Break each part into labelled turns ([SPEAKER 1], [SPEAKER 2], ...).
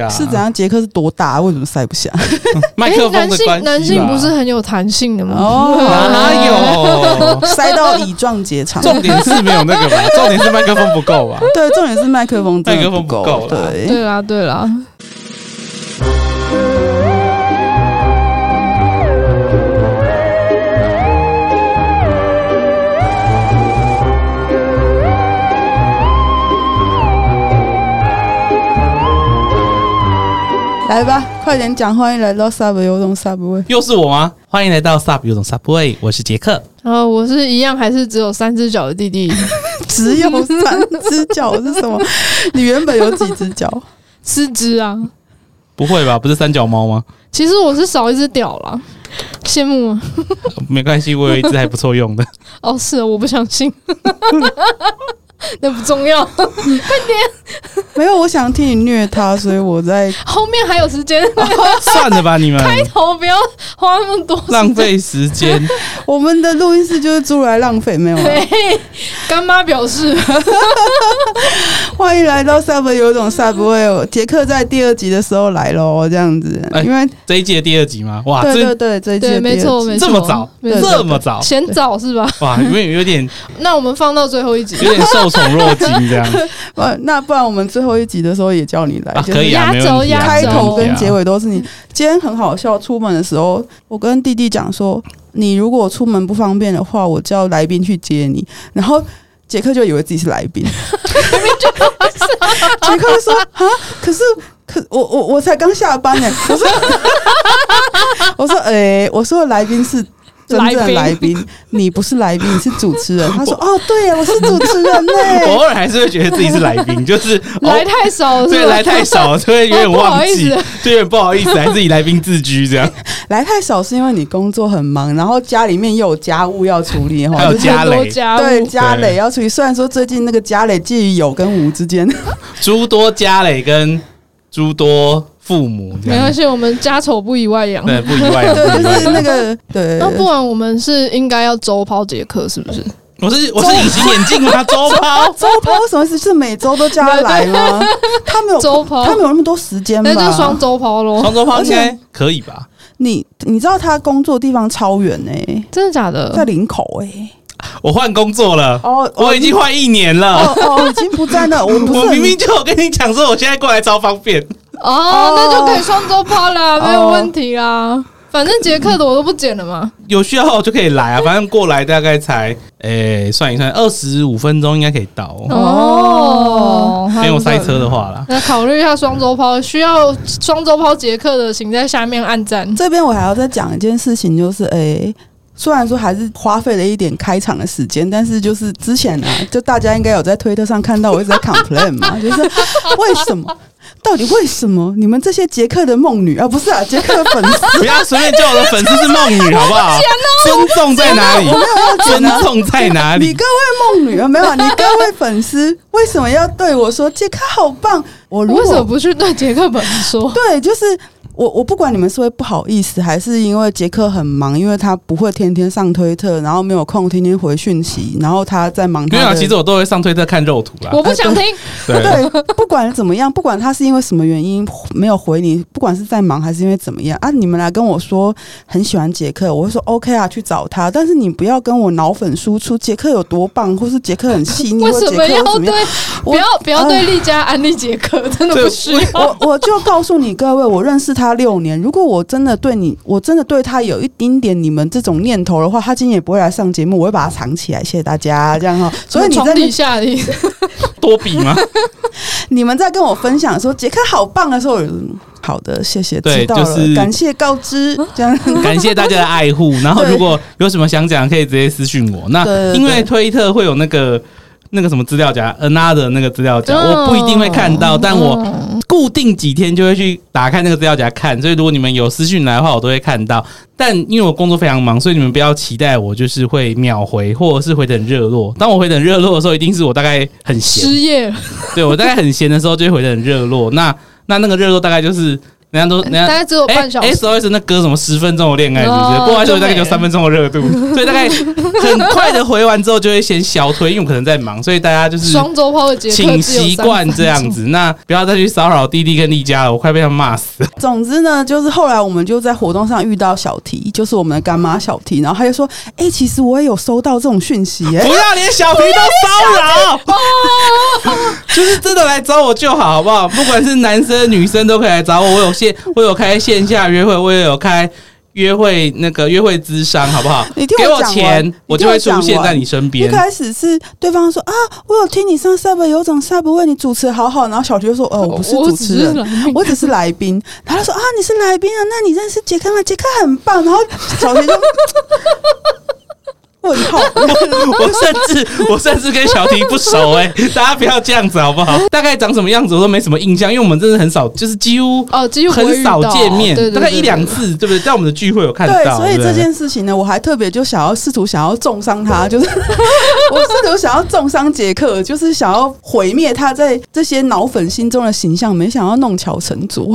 [SPEAKER 1] 啊
[SPEAKER 2] 是怎样？杰克是多大？为什么塞不 下？
[SPEAKER 3] 啊麦克风
[SPEAKER 1] 哎男
[SPEAKER 3] 的关系吧
[SPEAKER 1] 性男性不是很啊有弹性的吗？
[SPEAKER 2] 哦，
[SPEAKER 3] 哪 有？
[SPEAKER 2] 塞到乙状结肠。
[SPEAKER 3] 重点是没有那个吧？重点是麦克风不够啊吧？
[SPEAKER 2] 对，重点是麦克风真的
[SPEAKER 3] 麦克
[SPEAKER 2] 不
[SPEAKER 3] 风不够啦
[SPEAKER 2] 对，
[SPEAKER 1] 对啦，对啊啦，
[SPEAKER 2] 来吧，快点讲，欢迎来到 Subway 有种 Subway。
[SPEAKER 3] 又是我吗？欢迎来到 Sub 有种 Subway，我是杰克。
[SPEAKER 1] 然后我是一样，还是只有三只脚的弟弟，
[SPEAKER 2] 只有三只脚是什 么？你原本有几只脚？
[SPEAKER 1] 四只啊。
[SPEAKER 3] 不会吧？不是三脚猫吗？
[SPEAKER 1] 其实我是少一只屌啦，羡慕吗？
[SPEAKER 3] 没关系，我有一只还不错 用的。
[SPEAKER 1] 哦，是啊，我不相信， 那不重要，
[SPEAKER 2] 没有，我想替你虐他，所以我在
[SPEAKER 1] 后面还有 时间，
[SPEAKER 3] 哎算了吧，你们
[SPEAKER 1] 开头不要花那么多时间
[SPEAKER 3] 浪。费时间。
[SPEAKER 2] 我们的录音室就是租来浪费，没有啦。
[SPEAKER 1] 对，干妈表示，
[SPEAKER 2] 欢迎来到 Subway 有种 Subway。杰克在第二集的时候来喽，这样子，
[SPEAKER 3] 哎
[SPEAKER 2] 因为
[SPEAKER 3] 这一季的第二集吗？哇，
[SPEAKER 2] 对
[SPEAKER 3] 这
[SPEAKER 2] 对对，这一季
[SPEAKER 1] 对，
[SPEAKER 2] 的
[SPEAKER 1] 没
[SPEAKER 2] 第二
[SPEAKER 1] 错，
[SPEAKER 2] 集
[SPEAKER 1] 没错，
[SPEAKER 3] 这么早，
[SPEAKER 1] 没错
[SPEAKER 3] 这么早，
[SPEAKER 1] 嫌早是吧？
[SPEAKER 3] 哇，有点有点
[SPEAKER 1] 那我们放到最后一集，
[SPEAKER 3] 有点受宠若惊这 样
[SPEAKER 2] 呃，那不然我们最后一集的时候也叫你来，
[SPEAKER 3] 啊，
[SPEAKER 2] 就是
[SPEAKER 3] 可以啊，
[SPEAKER 1] 压
[SPEAKER 3] 没
[SPEAKER 1] 轴
[SPEAKER 3] 问题啊。
[SPEAKER 1] 压
[SPEAKER 2] 开
[SPEAKER 1] 轴
[SPEAKER 2] 头跟结
[SPEAKER 3] 尾，
[SPEAKER 2] 尾都是你。今天很好笑，出门的时候，我跟弟弟讲说，你如果出门不方便的话，我叫来宾去接你。然后杰克就以为自己是来宾，杰克就说啊，可是可我我我才刚下班呢、我说 我说哎、我说的来宾是。真正的来
[SPEAKER 1] 来
[SPEAKER 2] 宾，你不是来宾，你是主持人。他说：“哦，对呀，我是主持人呢、
[SPEAKER 3] 我偶尔还是会觉得自己是来宾，就是哦
[SPEAKER 1] 来 太少了是吧，
[SPEAKER 3] 对，来太少，就会有点忘记
[SPEAKER 1] 不好意，
[SPEAKER 3] 就有点不好意思，还是以来宾自居这样。
[SPEAKER 2] 来太少是因为你工作很忙，然后家里面又有家务要处理哈，
[SPEAKER 3] 还有
[SPEAKER 2] 就是
[SPEAKER 3] 家
[SPEAKER 1] 很多
[SPEAKER 3] 累
[SPEAKER 1] 家务
[SPEAKER 2] 对家
[SPEAKER 3] 对
[SPEAKER 2] 累要处理。虽然说最近那个家累介于有跟无之间，
[SPEAKER 3] 诸多家累跟诸多父母这
[SPEAKER 1] 没
[SPEAKER 3] 样
[SPEAKER 1] 关，系，我们家丑不以外扬。
[SPEAKER 3] 对，不意外，不
[SPEAKER 2] 对，
[SPEAKER 3] 意
[SPEAKER 2] 就是
[SPEAKER 3] 外。
[SPEAKER 2] 那 个对
[SPEAKER 1] 那不然我们是应该要周抛杰克，是不是？
[SPEAKER 3] 我是我是隐形眼镜吗？周 抛，
[SPEAKER 2] 周抛什么意思？是每周都叫他来吗？他没有
[SPEAKER 1] 周抛
[SPEAKER 2] 他没有那么多时间嗯吧？
[SPEAKER 1] 那就双周抛喽。
[SPEAKER 3] 双周抛应
[SPEAKER 2] 而
[SPEAKER 3] 该可以吧？
[SPEAKER 2] 你你知道他工作地方超远哎、
[SPEAKER 1] 真的假
[SPEAKER 2] 在
[SPEAKER 1] 的？
[SPEAKER 2] 林口哎、
[SPEAKER 3] 我换工作了，
[SPEAKER 2] 哦
[SPEAKER 3] 我已经换一年了。
[SPEAKER 2] 哦哦已经不在那，我不是
[SPEAKER 3] 我
[SPEAKER 2] 很
[SPEAKER 3] 明明就有跟你讲说，我现在过来超方便。
[SPEAKER 1] 哦，那就可以双周抛啦，
[SPEAKER 2] 哦
[SPEAKER 1] 没有问题啦。反正杰克的我都不剪了嘛。
[SPEAKER 3] 有需要就可以来啊，反正过来大概才，诶、算一算，二十五分钟应该可以到、哦，
[SPEAKER 1] 哦，
[SPEAKER 3] 没有塞车的话啦。
[SPEAKER 1] 那考虑一下双周抛，需要双周抛杰克的，请在下面按赞。
[SPEAKER 2] 这边我还要再讲一件事情，就是诶、虽然说还是花费了一点开场的时间，但是就是之前啊， 就大家应该有在推特上看到我一直在 complain 嘛， 就是为什么，到底为什么你们这些捷克的梦女啊，不是啊，捷克的粉丝，
[SPEAKER 3] 不要随便叫我的粉丝是梦女，好不哦好？尊重在哪里？尊 重在哪
[SPEAKER 2] 啊你
[SPEAKER 3] 里？
[SPEAKER 2] 各位梦女啊，没有啊，你各位粉丝为什么要对我说杰克好棒？我如
[SPEAKER 1] 为什么
[SPEAKER 2] 果
[SPEAKER 1] 不去对杰克本人说？
[SPEAKER 2] 对，就是我我不管你们是会不好意思，还是因为杰克很忙，因为他不会天天上推特，然后没有空天天回讯息，然后他在忙他
[SPEAKER 3] 没有啊，
[SPEAKER 2] 的
[SPEAKER 3] 其实我都会上推特看肉图啦。
[SPEAKER 1] 我不想听。
[SPEAKER 2] 啊
[SPEAKER 3] 对，
[SPEAKER 2] 对，不管怎么样，不管他是因为什么原因没有回你，不管是在忙还是因为怎么样啊，你们来跟我说很喜欢杰克，我会说 OK 啊，去找他。但是你不要跟我脑粉输出杰克有多棒，或是杰克很细腻，
[SPEAKER 1] 为
[SPEAKER 2] 或
[SPEAKER 1] 什
[SPEAKER 2] 杰
[SPEAKER 1] 么
[SPEAKER 2] 克
[SPEAKER 1] 要
[SPEAKER 2] 又怎么样。
[SPEAKER 1] 对？
[SPEAKER 2] 我啊
[SPEAKER 1] 不要不要对丽佳安利杰克，真的
[SPEAKER 3] 这
[SPEAKER 1] 不需要。
[SPEAKER 2] 我我就告诉你各位，我认识他六年，如果我真的对你，我真的对他有一丁点你们这种念头的话，他今天也不会来上节目，我会把他藏起来，谢谢大家，这 样哈。所以你在
[SPEAKER 1] 床
[SPEAKER 2] 那
[SPEAKER 1] 底 下的意思，
[SPEAKER 3] 多比吗？
[SPEAKER 2] 你们在跟我分享说杰克好棒的时候，我就嗯好的，谢谢，
[SPEAKER 3] 对
[SPEAKER 2] 知道了，
[SPEAKER 3] 就是
[SPEAKER 2] 感谢告知，这样
[SPEAKER 3] 感谢大家的爱护。然后
[SPEAKER 2] 对
[SPEAKER 3] 如果有什么想讲，可以直接私信我。那
[SPEAKER 2] 对对对
[SPEAKER 3] 因为推特会有那个那个什么资料夹，another 那个资料夹，
[SPEAKER 1] 嗯
[SPEAKER 3] 我不一定会看到，但我
[SPEAKER 1] 嗯
[SPEAKER 3] 固定几天就会去打开那个资料夹看。所以如果你们有私信来的话，我都会看到。但因为我工作非常忙，所以你们不要期待我就是会秒回，或者是回得很热络。当我回得很热络的时候，一定是我大概很闲
[SPEAKER 1] 失业了，
[SPEAKER 3] 对我大概很闲的时候就会回得很热络。那那那个热络大概就是人家都人
[SPEAKER 1] 大
[SPEAKER 3] 家。
[SPEAKER 1] 概只有
[SPEAKER 3] 哎
[SPEAKER 1] 半小时。
[SPEAKER 3] ，SOS 那歌什么十分钟的恋爱，是不是
[SPEAKER 1] 哦？
[SPEAKER 3] 播完之后
[SPEAKER 1] 就
[SPEAKER 3] 大概就
[SPEAKER 1] 没了
[SPEAKER 3] 三分钟的热 度，所以大概很快的回完之后就会先消推，因为我可能在忙，所以大家就是
[SPEAKER 1] 双周抛的杰克只有
[SPEAKER 3] 请习惯这样子，那不要再去骚扰弟弟跟丽佳了，我快被他骂死了。
[SPEAKER 2] 总之呢，就是后来我们就在活动上遇到小提，就是我们的干妈小提，然后他就说：“哎、其实我也有收到这种讯息、耶。
[SPEAKER 3] 不要连小皮都骚扰，
[SPEAKER 1] 哦
[SPEAKER 3] 就是真的来找我就好，好不好？不管是男生女生都可以来找我，我有线，我有开线下约会，我也有开。约会那个约会智商好不好？
[SPEAKER 2] 你听我
[SPEAKER 3] 给我
[SPEAKER 2] 讲完
[SPEAKER 3] 钱，我就会出现在你身
[SPEAKER 2] 一
[SPEAKER 3] 边。
[SPEAKER 2] 开始是对方说啊，我有听你上 Sub 有种 Sub 问你主持好好，然后小提就说：“哦，我不是主持人，
[SPEAKER 1] 我只是 来
[SPEAKER 2] 我只是来宾。”然后他说：“啊，你是来宾啊？那你认识杰克吗？杰克很棒。”然后小提就问号。
[SPEAKER 3] 我甚至我甚至跟小提不熟哎、大家不要这样子好不好？大概长什么样子我都没什么印象，因为我们真的很少，就是几乎
[SPEAKER 1] 哦，几乎不会
[SPEAKER 3] 很
[SPEAKER 1] 遇
[SPEAKER 3] 少
[SPEAKER 1] 到
[SPEAKER 3] 见面，
[SPEAKER 1] 对对对
[SPEAKER 3] 大概一两次，对不对？在我们的聚会有看
[SPEAKER 2] 对，
[SPEAKER 3] 到，
[SPEAKER 2] 所以
[SPEAKER 3] 对
[SPEAKER 2] 这件事情呢，我还特别就想要试图想要重伤他，就是 我试图想要重伤杰克，就是想要毁灭他在这些脑粉心中的形象，没想到弄巧成拙。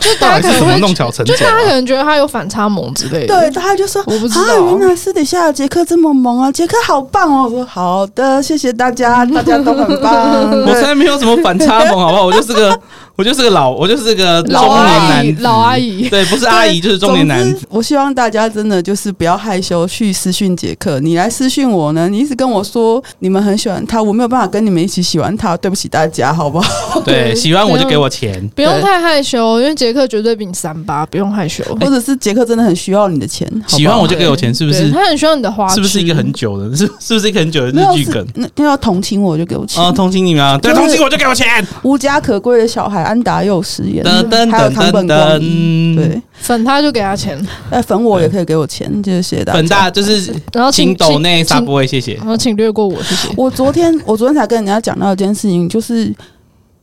[SPEAKER 1] 就
[SPEAKER 3] 到
[SPEAKER 1] 大
[SPEAKER 3] 底
[SPEAKER 1] 家
[SPEAKER 3] 是
[SPEAKER 1] 可
[SPEAKER 3] 怎
[SPEAKER 1] 能
[SPEAKER 3] 么
[SPEAKER 1] 会
[SPEAKER 3] 弄巧成
[SPEAKER 1] 就
[SPEAKER 3] 拙、
[SPEAKER 1] 大家可
[SPEAKER 3] 啊？
[SPEAKER 1] 能觉得他有反差萌之类
[SPEAKER 2] 对，
[SPEAKER 1] 的。
[SPEAKER 2] 他就说
[SPEAKER 1] 我不知道
[SPEAKER 2] 啊，原来私底下的杰克这么萌啊，杰克好棒哦。我说好的，谢谢大家，大家都很棒。
[SPEAKER 3] 我
[SPEAKER 2] 对
[SPEAKER 3] 虽然没有什么反差萌，好不好？我就是个，我就是个老，我就是个中
[SPEAKER 1] 老
[SPEAKER 3] 年
[SPEAKER 1] 阿
[SPEAKER 3] 男
[SPEAKER 1] 姨，
[SPEAKER 3] 子
[SPEAKER 1] 老阿，姨，
[SPEAKER 3] 对，不是阿姨就是中年男
[SPEAKER 2] 总
[SPEAKER 3] 子。
[SPEAKER 2] 之我希望大家真的就是不要害羞，去私讯杰克。你来私讯我呢，你一直跟我说你们很喜欢他，我没有办法跟你们一起喜欢他，对不起大家，好不
[SPEAKER 3] 哎
[SPEAKER 2] 好？
[SPEAKER 3] 对，喜欢我就给我钱。
[SPEAKER 1] 不用太害羞，因为杰克绝对比你三八，不用害羞。
[SPEAKER 2] 或者是杰克真的很需要你的钱，好不好
[SPEAKER 3] 喜哎欢我就给我钱，是不
[SPEAKER 1] 对
[SPEAKER 3] 是？
[SPEAKER 1] 他很需要你的花痴，
[SPEAKER 3] 是不是一个很久的？是是不是一个很久的
[SPEAKER 2] 没有
[SPEAKER 3] 日剧
[SPEAKER 2] 是
[SPEAKER 3] 梗？
[SPEAKER 2] 那那要同情我就给我钱。
[SPEAKER 3] 啊，同情你们啊！对，
[SPEAKER 2] 就是
[SPEAKER 3] 同情我就给我钱。
[SPEAKER 2] 无家可归的小孩安达佑实演，
[SPEAKER 3] 噔噔
[SPEAKER 2] 还有
[SPEAKER 3] 噔
[SPEAKER 2] 唐
[SPEAKER 3] 噔
[SPEAKER 2] 本光一。
[SPEAKER 3] 噔，
[SPEAKER 2] 对，
[SPEAKER 1] 粉他就给他钱，
[SPEAKER 2] 哎，粉我也可以给我钱，就是啊谢谢大家。
[SPEAKER 3] 本大就是
[SPEAKER 1] 然后
[SPEAKER 3] 请
[SPEAKER 1] 哦请
[SPEAKER 3] 抖内
[SPEAKER 1] 请
[SPEAKER 3] 沙波位，谢谢
[SPEAKER 1] 然。后请略过我，谢谢。
[SPEAKER 2] 我昨天 我昨天才跟人家讲到一件事情，就是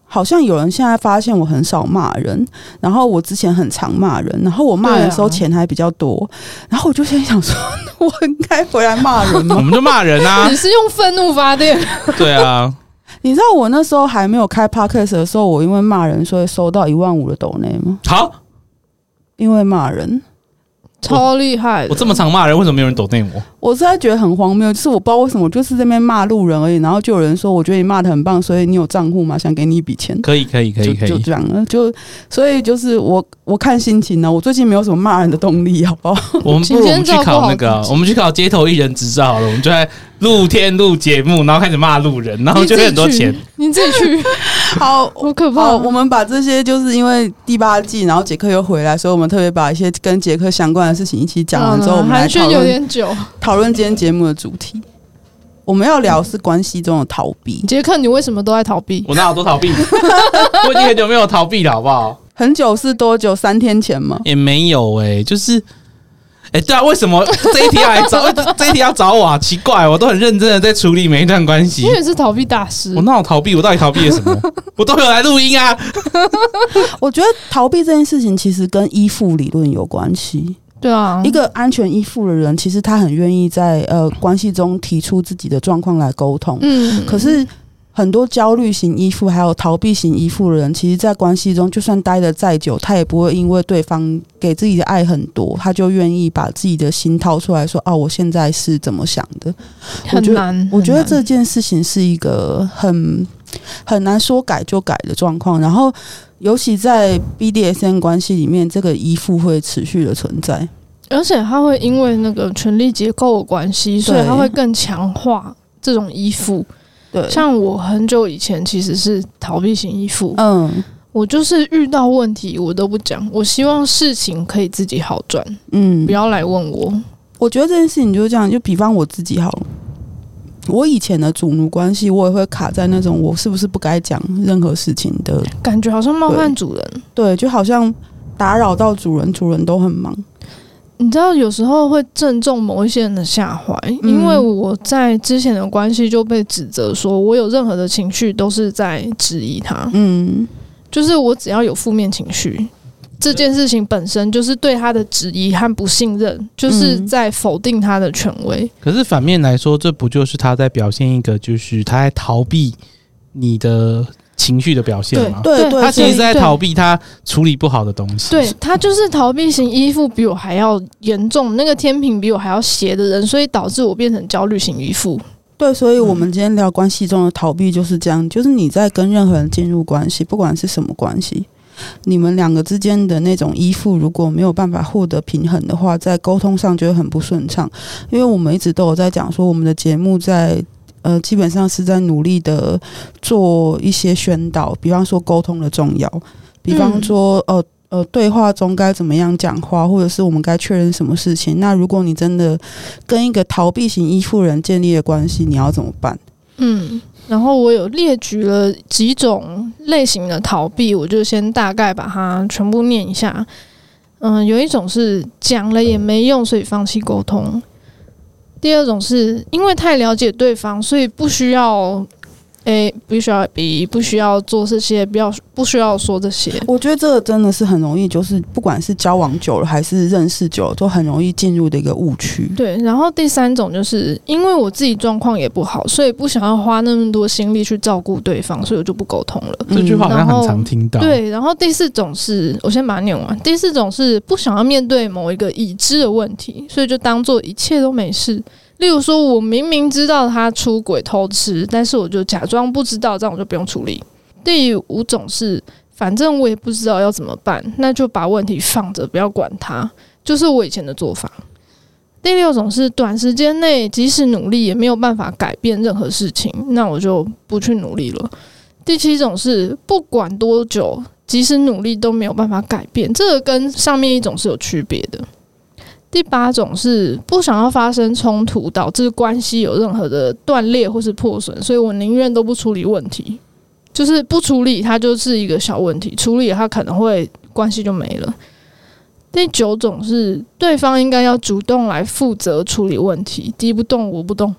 [SPEAKER 2] 好像有人现在发现我很少骂人，然后我之前很常骂人，然后我骂人的时候
[SPEAKER 1] 对啊
[SPEAKER 2] 钱还比较多，然后我就先想说，我应该回来骂人
[SPEAKER 3] 我
[SPEAKER 2] 吗？
[SPEAKER 3] 们就骂人啊
[SPEAKER 1] 你，是用愤怒发电，
[SPEAKER 3] 对啊，
[SPEAKER 2] 你知道我那时候还没有开 podcast 的时候，我因为骂人，所以收到一万五的抖内吗？
[SPEAKER 3] 好，
[SPEAKER 2] 因为骂人，
[SPEAKER 1] 超厉害的！
[SPEAKER 3] 我这么常骂人，为什么没有人抖内我？
[SPEAKER 2] 我实在觉得很荒谬，就是我不知道为什么，我就是这边骂路人而已，然后就有人说，我觉得你骂的很棒，所以你有账户吗？想给你一笔钱。
[SPEAKER 3] 可以，可以，可以，
[SPEAKER 2] 就
[SPEAKER 3] 可
[SPEAKER 2] 就
[SPEAKER 3] 以。
[SPEAKER 2] 这样了，就所以就是我我看心情呢，我最近没有什么骂人的动力，好 不好？
[SPEAKER 3] 我们不
[SPEAKER 1] 请
[SPEAKER 3] 如我
[SPEAKER 1] 先
[SPEAKER 3] 们去
[SPEAKER 1] 照顾
[SPEAKER 3] 考
[SPEAKER 1] 好
[SPEAKER 3] 那个啊
[SPEAKER 1] 自，己
[SPEAKER 3] 我们去考街头艺人执照好了。我们就在露天录节目，然后开始骂路人，然后就会很多钱。
[SPEAKER 1] 你自己去， 你自己去，
[SPEAKER 2] 好。
[SPEAKER 1] 好可怕！
[SPEAKER 2] 好，哦我们把这些就是因为第八季，然后杰克又回来，所以我们特别把一些跟杰克相关的事情一起讲完之后，
[SPEAKER 1] 嗯
[SPEAKER 2] 我们来
[SPEAKER 1] 寒
[SPEAKER 2] 讨
[SPEAKER 1] 暄有
[SPEAKER 2] 论
[SPEAKER 1] 点久。
[SPEAKER 2] 讨论今天节目的主题。我们要聊是关系中的逃避。
[SPEAKER 1] 杰克，你为什么都在逃避？
[SPEAKER 3] 我哪有多逃避？ 我已经很久没有逃避了，好不好？
[SPEAKER 2] 很久是多久？三天前吗？
[SPEAKER 1] 嗯
[SPEAKER 3] 也没有哎、就是。哎、对啊，为什么这一题要来找 这一题要找我啊？奇怪，我都很认真的在处理每一段关系
[SPEAKER 1] 你。也是逃避大师
[SPEAKER 3] 我。哪有逃避？我到底逃避了什 么？我都有来录音啊！
[SPEAKER 2] 我觉得逃避这件事情其实跟依附理论有关系。
[SPEAKER 1] 对啊，
[SPEAKER 2] 一个安全依附的人，其实他很愿意在呃关系中提出自己的状况来沟通。
[SPEAKER 1] 嗯，
[SPEAKER 2] 可是很多焦虑型依附还有逃避型依附的人，其实，在关系中就算待得再久，他也不会因为对方给自己的爱很多，他就愿意把自己的心掏出来说：“哦，我现在是怎么想的。”我
[SPEAKER 1] 很
[SPEAKER 2] 觉得
[SPEAKER 1] 难。
[SPEAKER 2] 我觉得
[SPEAKER 1] 很难
[SPEAKER 2] 这件事情是一个很很难说改就改的状况，然后尤其在 BDSN 关系里面，这个依附会持续的存在。
[SPEAKER 1] 而且他会因为那个权力结构的关系，所以
[SPEAKER 2] 对
[SPEAKER 1] 他会更强化这种依附。
[SPEAKER 2] 对，
[SPEAKER 1] 像我很久以前其实是逃避型依附，
[SPEAKER 2] 嗯
[SPEAKER 1] 我就是遇到问题我都不讲，我希望事情可以自己好转，
[SPEAKER 2] 嗯
[SPEAKER 1] 不，要来问我。
[SPEAKER 2] 我觉得这件事情就是这样，就比方我自己好了。我以前的主奴关系，我也会卡在那种我是不是不该讲任何事情的，
[SPEAKER 1] 感觉好像冒犯主人。
[SPEAKER 2] 对，就好像打扰到主人，主人都很忙。
[SPEAKER 1] 你知道，有时候会正中某一些人的下怀，
[SPEAKER 2] 嗯
[SPEAKER 1] 因为我在之前的关系就被指责说，我有任何的情绪都是在质疑他，
[SPEAKER 2] 嗯，
[SPEAKER 1] 就是我只要有负面情绪，这件事情本身就是对他的质疑和不信任，就是
[SPEAKER 3] 嗯
[SPEAKER 1] 在否定他的权威。
[SPEAKER 3] 可是反面来说，这不就是他在表现一个，就是他在逃避你的情绪的表现嘛。
[SPEAKER 2] 对
[SPEAKER 1] 对
[SPEAKER 2] 对，
[SPEAKER 3] 他其实
[SPEAKER 2] 所以
[SPEAKER 3] 是在逃避他处理不好的东西。
[SPEAKER 1] 对他就是逃避型依附比我还要严重，那个天平比我还要斜的人，所以导致我变成焦虑型依附。
[SPEAKER 2] 对，所以我们今天聊关系中的逃避就是这样，就是你在跟任何人进入关系，不管是什么关系，你们两个之间的那种依附，如果没有办法获得平衡的话，在沟通上就会很不顺畅。因为我们一直都有在讲说，我们的节目在。呃，基本上是在努力的做一些宣导，比方说沟通的重要，比方
[SPEAKER 1] 嗯
[SPEAKER 2] 说、呃呃，对话中该怎么样讲话，或者是我们该确认什么事情。那如果你真的跟一个逃避型依附人建立的关系，你要怎么办？
[SPEAKER 1] 嗯，然后我有列举了几种类型的逃避，我就先大概把它全部念一下。嗯，有一种是讲了也没用，所以放弃沟通；第二种是因为太了解对方，所以不需要，诶、不需要比，不需要做这些，不要不需要说这些。
[SPEAKER 2] 我觉得这个真的是很容易，就是不管是交往久了还是认识久了，都很容易进入的一个误区。
[SPEAKER 1] 对，然后第三种就是因为我自己状况也不好，所以不想要花那么多心力去照顾对方，所以我就不沟通了。
[SPEAKER 3] 这句话好像
[SPEAKER 1] 然后
[SPEAKER 3] 很常听到。，
[SPEAKER 1] 对，嗯然后第四种是我先把它念完。第四种是不想要面对某一个已知的问题，所以就当做一切都没事。例如说，我明明知道他出轨偷吃，但是我就假装不知道，这样我就不用处理。第五种是，反正我也不知道要怎么办，那就把问题放着，不要管它，就是我以前的做法。第六种是短时间内即使努力也没有办法改变任何事情，那我就不去努力了。第七种是不管多久，即使努力都没有办法改变，这个跟上面一种是有区别的。第八种是不想要发生冲突，导致关系有任何的断裂或是破损，所以我宁愿都不处理问题，就是不处理它就是一个小问题，处理了它可能会关系就没了。第九种是对方应该要主动来负责处理问题，敌不动我不动。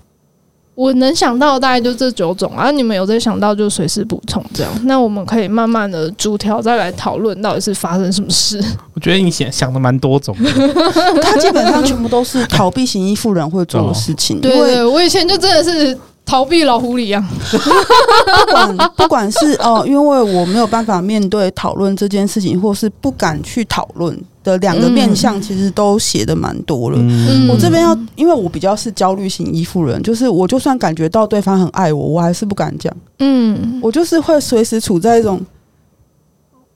[SPEAKER 1] 我能想到的大概就这九种啊，你们有在想到就随时补充这样。那我们可以慢慢的逐条再来讨论到底是发生什么事。
[SPEAKER 3] 我觉得你想想的蛮多种的。
[SPEAKER 2] 嗯他基本上全部都是逃避型依附人会做的事情，
[SPEAKER 3] 哦
[SPEAKER 1] 对
[SPEAKER 2] 因为
[SPEAKER 1] 对，我以前就真的是逃避老狐狸一样。
[SPEAKER 2] 不管不管是哦、因为我没有办法面对讨论这件事情，或是不敢去讨论的两个面向，其实都写的蛮多了。
[SPEAKER 3] 嗯，
[SPEAKER 2] 我这边要，因为我比较是焦虑型依附人，就是我就算感觉到对方很爱我，我还是不敢讲，
[SPEAKER 1] 嗯，
[SPEAKER 2] 我就是会随时处在一种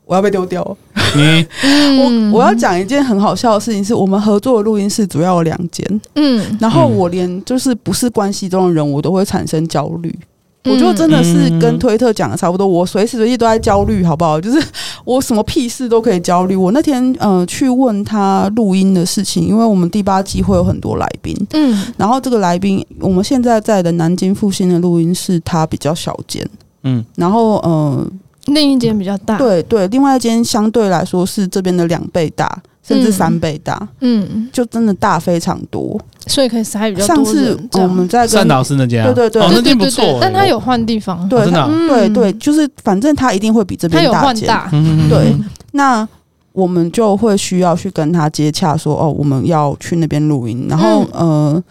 [SPEAKER 2] 我要被丢掉。
[SPEAKER 3] 嗯你
[SPEAKER 1] 嗯
[SPEAKER 2] 我我要讲一件很好笑的事情，是我们合作的录音室主要有两间，
[SPEAKER 1] 嗯，
[SPEAKER 2] 然后我连就是不是关系中的人，我都会产生焦虑。我就真的是跟推特讲的差不多，我随时随地都在焦虑，好不好？就是我什么屁事都可以焦虑。我那天呃去问他录音的事情，因为我们第八季会有很多来宾，
[SPEAKER 1] 嗯
[SPEAKER 2] 然后这个来宾我们现在在的南京复兴的录音室，它比较小间，
[SPEAKER 3] 嗯，
[SPEAKER 2] 然后呃
[SPEAKER 1] 另一间比较大。，
[SPEAKER 2] 对对，另外一间相对来说是这边的两倍大，甚至
[SPEAKER 1] 嗯
[SPEAKER 2] 三倍大，
[SPEAKER 1] 嗯，
[SPEAKER 2] 就真的大非常多。
[SPEAKER 1] 所以可以塞比较
[SPEAKER 2] 上
[SPEAKER 1] 多
[SPEAKER 2] 次
[SPEAKER 1] 人
[SPEAKER 2] 我
[SPEAKER 1] 这样。
[SPEAKER 2] 们在
[SPEAKER 3] 单
[SPEAKER 2] 跟
[SPEAKER 3] 老师那家，
[SPEAKER 2] 对对对
[SPEAKER 3] 哦，
[SPEAKER 1] 对
[SPEAKER 3] 那
[SPEAKER 1] 对
[SPEAKER 3] 间不
[SPEAKER 1] 对对
[SPEAKER 3] 错，，
[SPEAKER 1] 但他有换地方，
[SPEAKER 2] 对
[SPEAKER 3] 哦真的啊
[SPEAKER 2] 它
[SPEAKER 1] 嗯
[SPEAKER 2] 对对，就是反正它一定会比这
[SPEAKER 1] 他
[SPEAKER 2] 边
[SPEAKER 1] 有
[SPEAKER 2] 大
[SPEAKER 1] 换
[SPEAKER 2] 间。
[SPEAKER 1] 大。
[SPEAKER 3] 嗯，嗯
[SPEAKER 2] 对
[SPEAKER 3] 嗯，
[SPEAKER 2] 那我们就会需要去跟他接洽说，哦，我们要去那边录音，然后、
[SPEAKER 1] 嗯
[SPEAKER 2] 呃，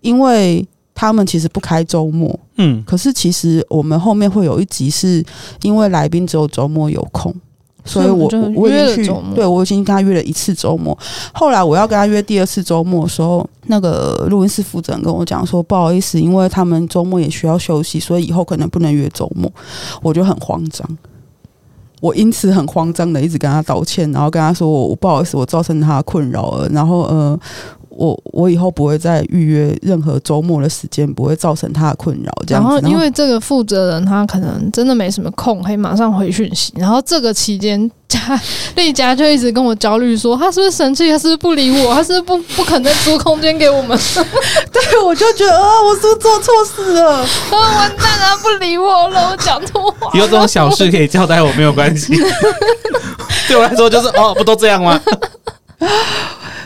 [SPEAKER 2] 因为他们其实不开周末，
[SPEAKER 3] 嗯，
[SPEAKER 2] 可是其实我们后面会有一集是因为来宾只有周末有空。所以
[SPEAKER 1] 啊所以我
[SPEAKER 2] 我
[SPEAKER 1] 们
[SPEAKER 2] 我
[SPEAKER 1] 就
[SPEAKER 2] 我已
[SPEAKER 1] 约了
[SPEAKER 2] 经去
[SPEAKER 1] 周，末
[SPEAKER 2] 对我已经跟他约了一次周末。后来我要跟他约第二次周末的时候，那个录音室负责人跟我讲说，不好意思，因为他们周末也需要休息，所以以后可能不能约周末。我就很慌张，我因此很慌张的一直跟他道歉，然后跟他说我我不好意思，我造成他的困扰了。然后呃，我我以后不会再预约任何周末的时间，不会造成他的困扰。这样
[SPEAKER 1] 然
[SPEAKER 2] 子，
[SPEAKER 1] 后因为这个负责人他可能真的没什么空，可以马上回讯息。然后这个期间，家 丽佳就一直跟我焦虑说，他是不是生气？他是不是不理我？他是不是不不肯再租空间给我 们？
[SPEAKER 2] 对，我就觉得啊，我是不是做错事 了？
[SPEAKER 1] 啊，完蛋啊，不理我了，我讲错话。
[SPEAKER 3] 有这种小事可以交代我没有关系。 对我来说就是哦，不都这样吗？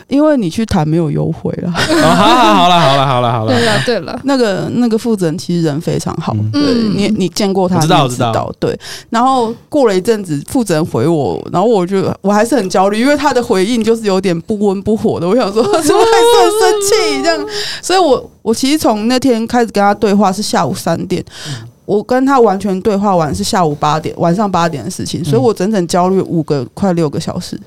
[SPEAKER 2] 因为你去谈没有优惠了。
[SPEAKER 3] 哦，好好好了好了好了好了
[SPEAKER 1] 对，啊了，对了，
[SPEAKER 2] 那个那个负责人其实人非常好，
[SPEAKER 3] 嗯
[SPEAKER 2] 对
[SPEAKER 1] 嗯
[SPEAKER 2] 你你见过他，
[SPEAKER 3] 我知道
[SPEAKER 2] 你
[SPEAKER 3] 我知道
[SPEAKER 2] 对。然后过了一阵子，负责人回我，然后我就我还是很焦虑，因为他的回应就是有点不温不火的。我想说， 怎么
[SPEAKER 3] 嗯
[SPEAKER 2] 还是很生气这样？所以我我其实从那天开始跟他对话是下午三点，我跟他完全对话完是下午八点，晚上八点的事
[SPEAKER 3] 嗯
[SPEAKER 2] 情，所以我整整焦虑五个快六个小时。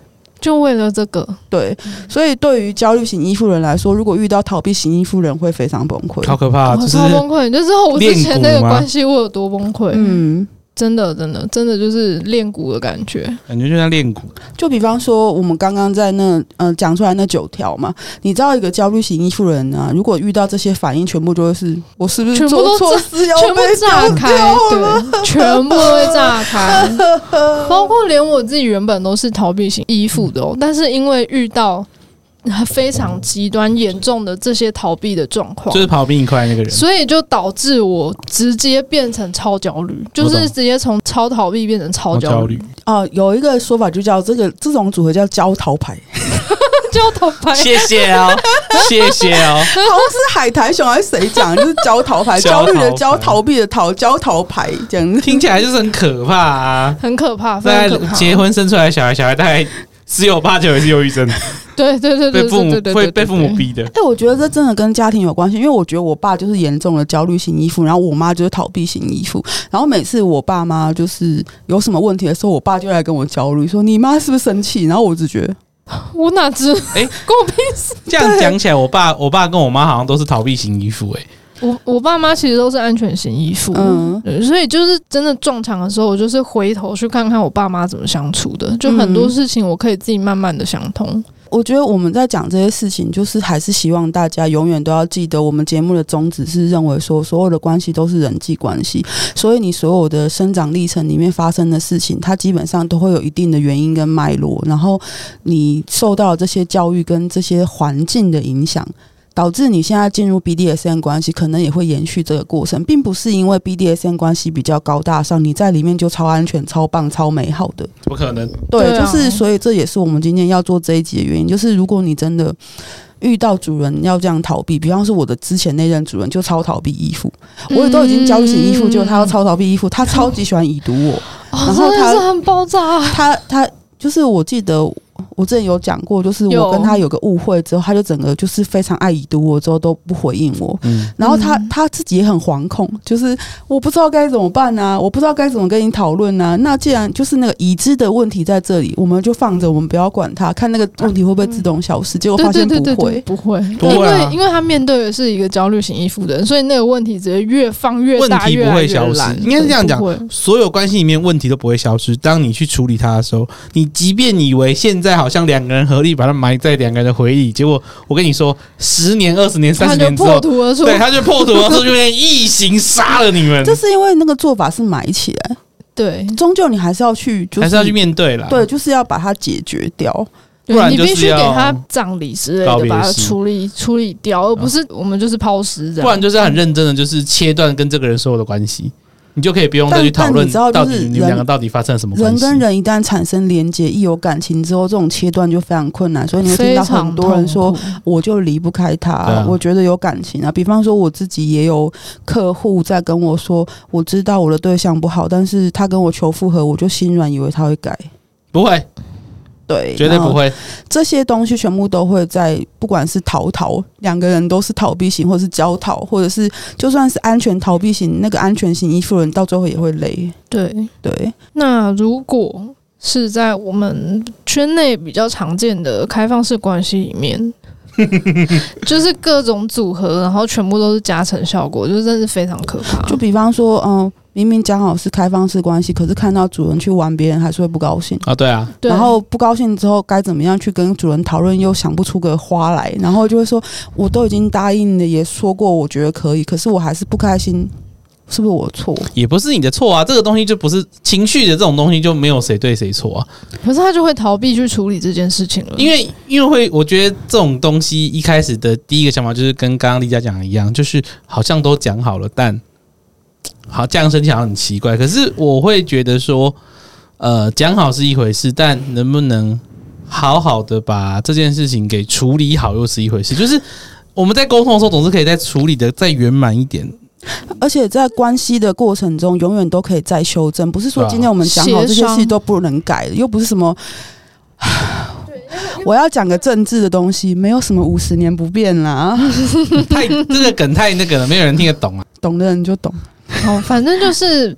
[SPEAKER 1] 就为了这个，
[SPEAKER 2] 对，
[SPEAKER 3] 嗯
[SPEAKER 2] 所以对于焦虑型依附人来说，如果遇到逃避型依附人，会非常崩
[SPEAKER 3] 好
[SPEAKER 2] 溃。
[SPEAKER 3] 可怕，
[SPEAKER 1] 我、
[SPEAKER 3] 啊就是
[SPEAKER 1] 超崩溃，你就知道我之前那
[SPEAKER 3] 练
[SPEAKER 1] 个
[SPEAKER 3] 骨吗
[SPEAKER 1] 关系我有多崩溃。
[SPEAKER 2] 嗯，
[SPEAKER 1] 真的，真的，真的就是练骨的感觉。
[SPEAKER 3] 感觉就像练骨，
[SPEAKER 2] 就比方说我们刚刚在那呃讲出来那九条嘛，你知道一个焦虑型依附人呢、如果遇到这些反应，全部都会是我是不是
[SPEAKER 1] 全部
[SPEAKER 2] 做
[SPEAKER 1] 都
[SPEAKER 2] 错事要
[SPEAKER 1] 全部
[SPEAKER 2] 被
[SPEAKER 1] 炸
[SPEAKER 2] 丢
[SPEAKER 1] 开
[SPEAKER 2] 掉，了？
[SPEAKER 1] 对，全部会炸开，包括连我自己原本都是逃避型依附的
[SPEAKER 3] 嗯
[SPEAKER 1] 哦，但是因为遇到非常极端严重的这些逃避的状况
[SPEAKER 3] 就，是跑比你快那个人。
[SPEAKER 1] 所以就导致我直接变成超焦虑，就
[SPEAKER 3] 我
[SPEAKER 1] 是
[SPEAKER 3] 懂
[SPEAKER 1] 直接从超逃避变成超
[SPEAKER 3] 好
[SPEAKER 1] 焦
[SPEAKER 3] 焦
[SPEAKER 1] 虑
[SPEAKER 3] 虑，，
[SPEAKER 2] 哦、有一个说法就叫这个这种组合叫焦逃 牌，
[SPEAKER 1] 焦头白额。
[SPEAKER 3] 谢谢哦，谢谢 哦，
[SPEAKER 2] 好像是海苔熊还是谁讲，就是焦逃牌，
[SPEAKER 3] 焦逃
[SPEAKER 2] 焦
[SPEAKER 3] 牌
[SPEAKER 2] 虑的焦，逃避的逃，焦逃牌这样子。
[SPEAKER 3] 听起来就是很可怕 啊！
[SPEAKER 1] 很可怕，非
[SPEAKER 3] 大
[SPEAKER 1] 常可
[SPEAKER 3] 概
[SPEAKER 1] 怕。
[SPEAKER 3] 结婚生出来的小孩，小孩大概十有八九也是忧郁症，
[SPEAKER 1] 对对对对，
[SPEAKER 3] 被父母
[SPEAKER 1] 对对对
[SPEAKER 3] 会
[SPEAKER 1] 对
[SPEAKER 3] 被父母
[SPEAKER 1] 对
[SPEAKER 3] 逼 的。
[SPEAKER 2] 哎、我觉得这真的跟家庭有关系，因为我觉得我爸就是严重的焦虑型依附，然后我妈就是逃避型依附。然后每次我爸妈就是有什么问题的时候，我爸就来跟我焦虑，说你妈是不是生气？然后我只觉得
[SPEAKER 1] 我哪知？哎、
[SPEAKER 3] 哎
[SPEAKER 1] 关我屁事！
[SPEAKER 3] 这样讲起来，我爸、我爸跟我妈好像都是逃避型依附，哎，
[SPEAKER 1] 我我爸妈其实都是安全型依附，
[SPEAKER 2] 嗯
[SPEAKER 1] 对，所以就是真的撞墙的时候，我就是回头去看看我爸妈怎么相处的，就很多
[SPEAKER 2] 嗯
[SPEAKER 1] 事情我可以自己慢慢的想通。
[SPEAKER 2] 我觉得我们在讲这些事情，就是还是希望大家永远都要记得，我们节目的宗旨是认为说，所有的关系都是人际关系，所以你所有的生长历程里面发生的事情，它基本上都会有一定的原因跟脉络，然后你受到这些教育跟这些环境的影响。导致你现在进入 BDSM 关系，可能也会延续这个过程，并不是因为 BDSM 关系比较高大上，你在里面就超安全、超棒、超美好的。
[SPEAKER 3] 怎么可能？
[SPEAKER 2] 对，
[SPEAKER 1] 对啊
[SPEAKER 2] 就是所以这也是我们今天要做这一集的原因，就是如果你真的。遇到主人要这样逃避，比方说我的之前那任主人就超逃避依附，我都已经教育型依附，
[SPEAKER 1] 嗯
[SPEAKER 2] 结果他要超逃避依附，他超级喜欢已读 我，
[SPEAKER 1] 哦，
[SPEAKER 2] 然后
[SPEAKER 1] 真的
[SPEAKER 2] 他
[SPEAKER 1] 是很爆炸，
[SPEAKER 2] 他他就是我记得我之前有讲过，就是
[SPEAKER 1] 有
[SPEAKER 2] 我跟他有个误会之后，他就整个就是非常爱已读我之后都不回应我，
[SPEAKER 3] 嗯，
[SPEAKER 2] 然后他、
[SPEAKER 1] 嗯
[SPEAKER 2] 他自己也很惶恐，就是我不知道该怎么办啊，我不知道该怎么跟你讨论啊。那既然就是那个已知的问题在这里，我们就放着，我们不要管它，看那个问题会不会自动消失。结果
[SPEAKER 1] 对
[SPEAKER 2] 发
[SPEAKER 1] 对
[SPEAKER 2] 现不
[SPEAKER 1] 对
[SPEAKER 2] 会，
[SPEAKER 1] 对对，不会，
[SPEAKER 3] 不会啊
[SPEAKER 1] 因为因为他面对的是一个焦虑型依附的人，所以那个问题只会越放越大，
[SPEAKER 3] 问题
[SPEAKER 1] 越
[SPEAKER 3] 不
[SPEAKER 1] 来
[SPEAKER 3] 会
[SPEAKER 1] 越
[SPEAKER 3] 消失
[SPEAKER 1] 烂
[SPEAKER 3] 应该是这样讲
[SPEAKER 1] 不会
[SPEAKER 3] 所有关系里面问题都不会消失。当你去处理它的时候，你即便你以为现在好像两个人合力把它埋在两个人的回忆里，结果我跟你说，十年、二十年、三
[SPEAKER 1] 他
[SPEAKER 3] 十
[SPEAKER 1] 就
[SPEAKER 3] 年之
[SPEAKER 1] 破
[SPEAKER 3] 后，
[SPEAKER 1] 土而出，
[SPEAKER 3] 对，他就破土了，说就变异形杀了你们，
[SPEAKER 2] 这是因为那个做法是埋起来，
[SPEAKER 1] 对，
[SPEAKER 2] 终究你还是要去，就是、
[SPEAKER 3] 还是要去面对啦。
[SPEAKER 2] 对，就是要把它解决掉。
[SPEAKER 1] 对
[SPEAKER 3] 不然
[SPEAKER 1] 你
[SPEAKER 3] 就是
[SPEAKER 1] 必须给
[SPEAKER 3] 要
[SPEAKER 1] 他葬礼之类
[SPEAKER 3] 告
[SPEAKER 1] 的，
[SPEAKER 3] 别
[SPEAKER 1] 把它
[SPEAKER 3] 式嗯
[SPEAKER 1] 处理处理掉，而不是我们就是抛尸
[SPEAKER 2] 啊
[SPEAKER 1] 这样。
[SPEAKER 3] 不然就是很认真的，就是切断跟这个人所有的关系，你就可以不用再
[SPEAKER 2] 但
[SPEAKER 3] 去讨论
[SPEAKER 2] 但你知道
[SPEAKER 3] 到
[SPEAKER 2] 就是
[SPEAKER 3] 底
[SPEAKER 2] 人
[SPEAKER 3] 你们两个到底发生了什么关
[SPEAKER 2] 人
[SPEAKER 3] 系。
[SPEAKER 2] 跟人一旦产生连结，一有感情之后，这种切断就非常困难，所以你会听
[SPEAKER 1] 非
[SPEAKER 2] 到
[SPEAKER 1] 常
[SPEAKER 2] 很多人说
[SPEAKER 1] 痛苦，
[SPEAKER 2] 我就离不开他、
[SPEAKER 3] 对啊
[SPEAKER 2] 我觉得有感情啊。比方说，我自己也有客户在跟我说，我知道我的对象不好，但是他跟我求复合，我就心软，以为他会改。
[SPEAKER 3] 不
[SPEAKER 2] 啊
[SPEAKER 3] 会，
[SPEAKER 2] 对，
[SPEAKER 3] 绝对不。会。
[SPEAKER 2] 这些东西全部都会在，不管是逃逃，两个人都是逃避型，或是焦逃，或者是就算是安全逃避型，那个安全型依附人到最后也会累。
[SPEAKER 1] 对。
[SPEAKER 2] 对，
[SPEAKER 1] 那如果是在我们圈内比较常见的开放式关系里面， 就是各种组合，然后全部都是加成效果，就真的是非常可怕。
[SPEAKER 2] 就比方说，嗯，明明讲好是开放式关系，可是看到主人去玩别人，还是会不高兴。
[SPEAKER 3] 啊，对啊，
[SPEAKER 1] 对
[SPEAKER 2] 然后不高兴之后该怎么样去跟主人讨论，又想不出个花来，然后就会说我都已经答应了，也说过我觉得可以，可是我还是不开心，是不是我错？
[SPEAKER 3] 也不是你的错啊，这个东西就不是情绪的这种东西就没有谁对谁错啊，
[SPEAKER 1] 可是他就会逃避去处理这件事情了，
[SPEAKER 3] 因为因为会，我觉得这种东西一开始的第一个想法就是跟刚刚丽佳讲的一样，就是好像都讲好了，但好这样生气好像很奇怪，可是我会觉得说，呃，讲好是一回事，但能不能好好的把这件事情给处理好又是一回事，就是。我们在沟通的时候，总是可以在处理的再圆满一点，
[SPEAKER 2] 而且在关系的过程中，永远都可以再修正，不是说
[SPEAKER 3] 对啊
[SPEAKER 2] 今天我们讲好
[SPEAKER 1] 协
[SPEAKER 2] 这些
[SPEAKER 1] 商
[SPEAKER 2] 事都不能改，又不是什么。我要讲个政治的东西，没有什么五十年不变啦，
[SPEAKER 3] 太这个梗太那个了，没有人听得懂啊。
[SPEAKER 2] 懂的人就懂。
[SPEAKER 1] 哦，反正就是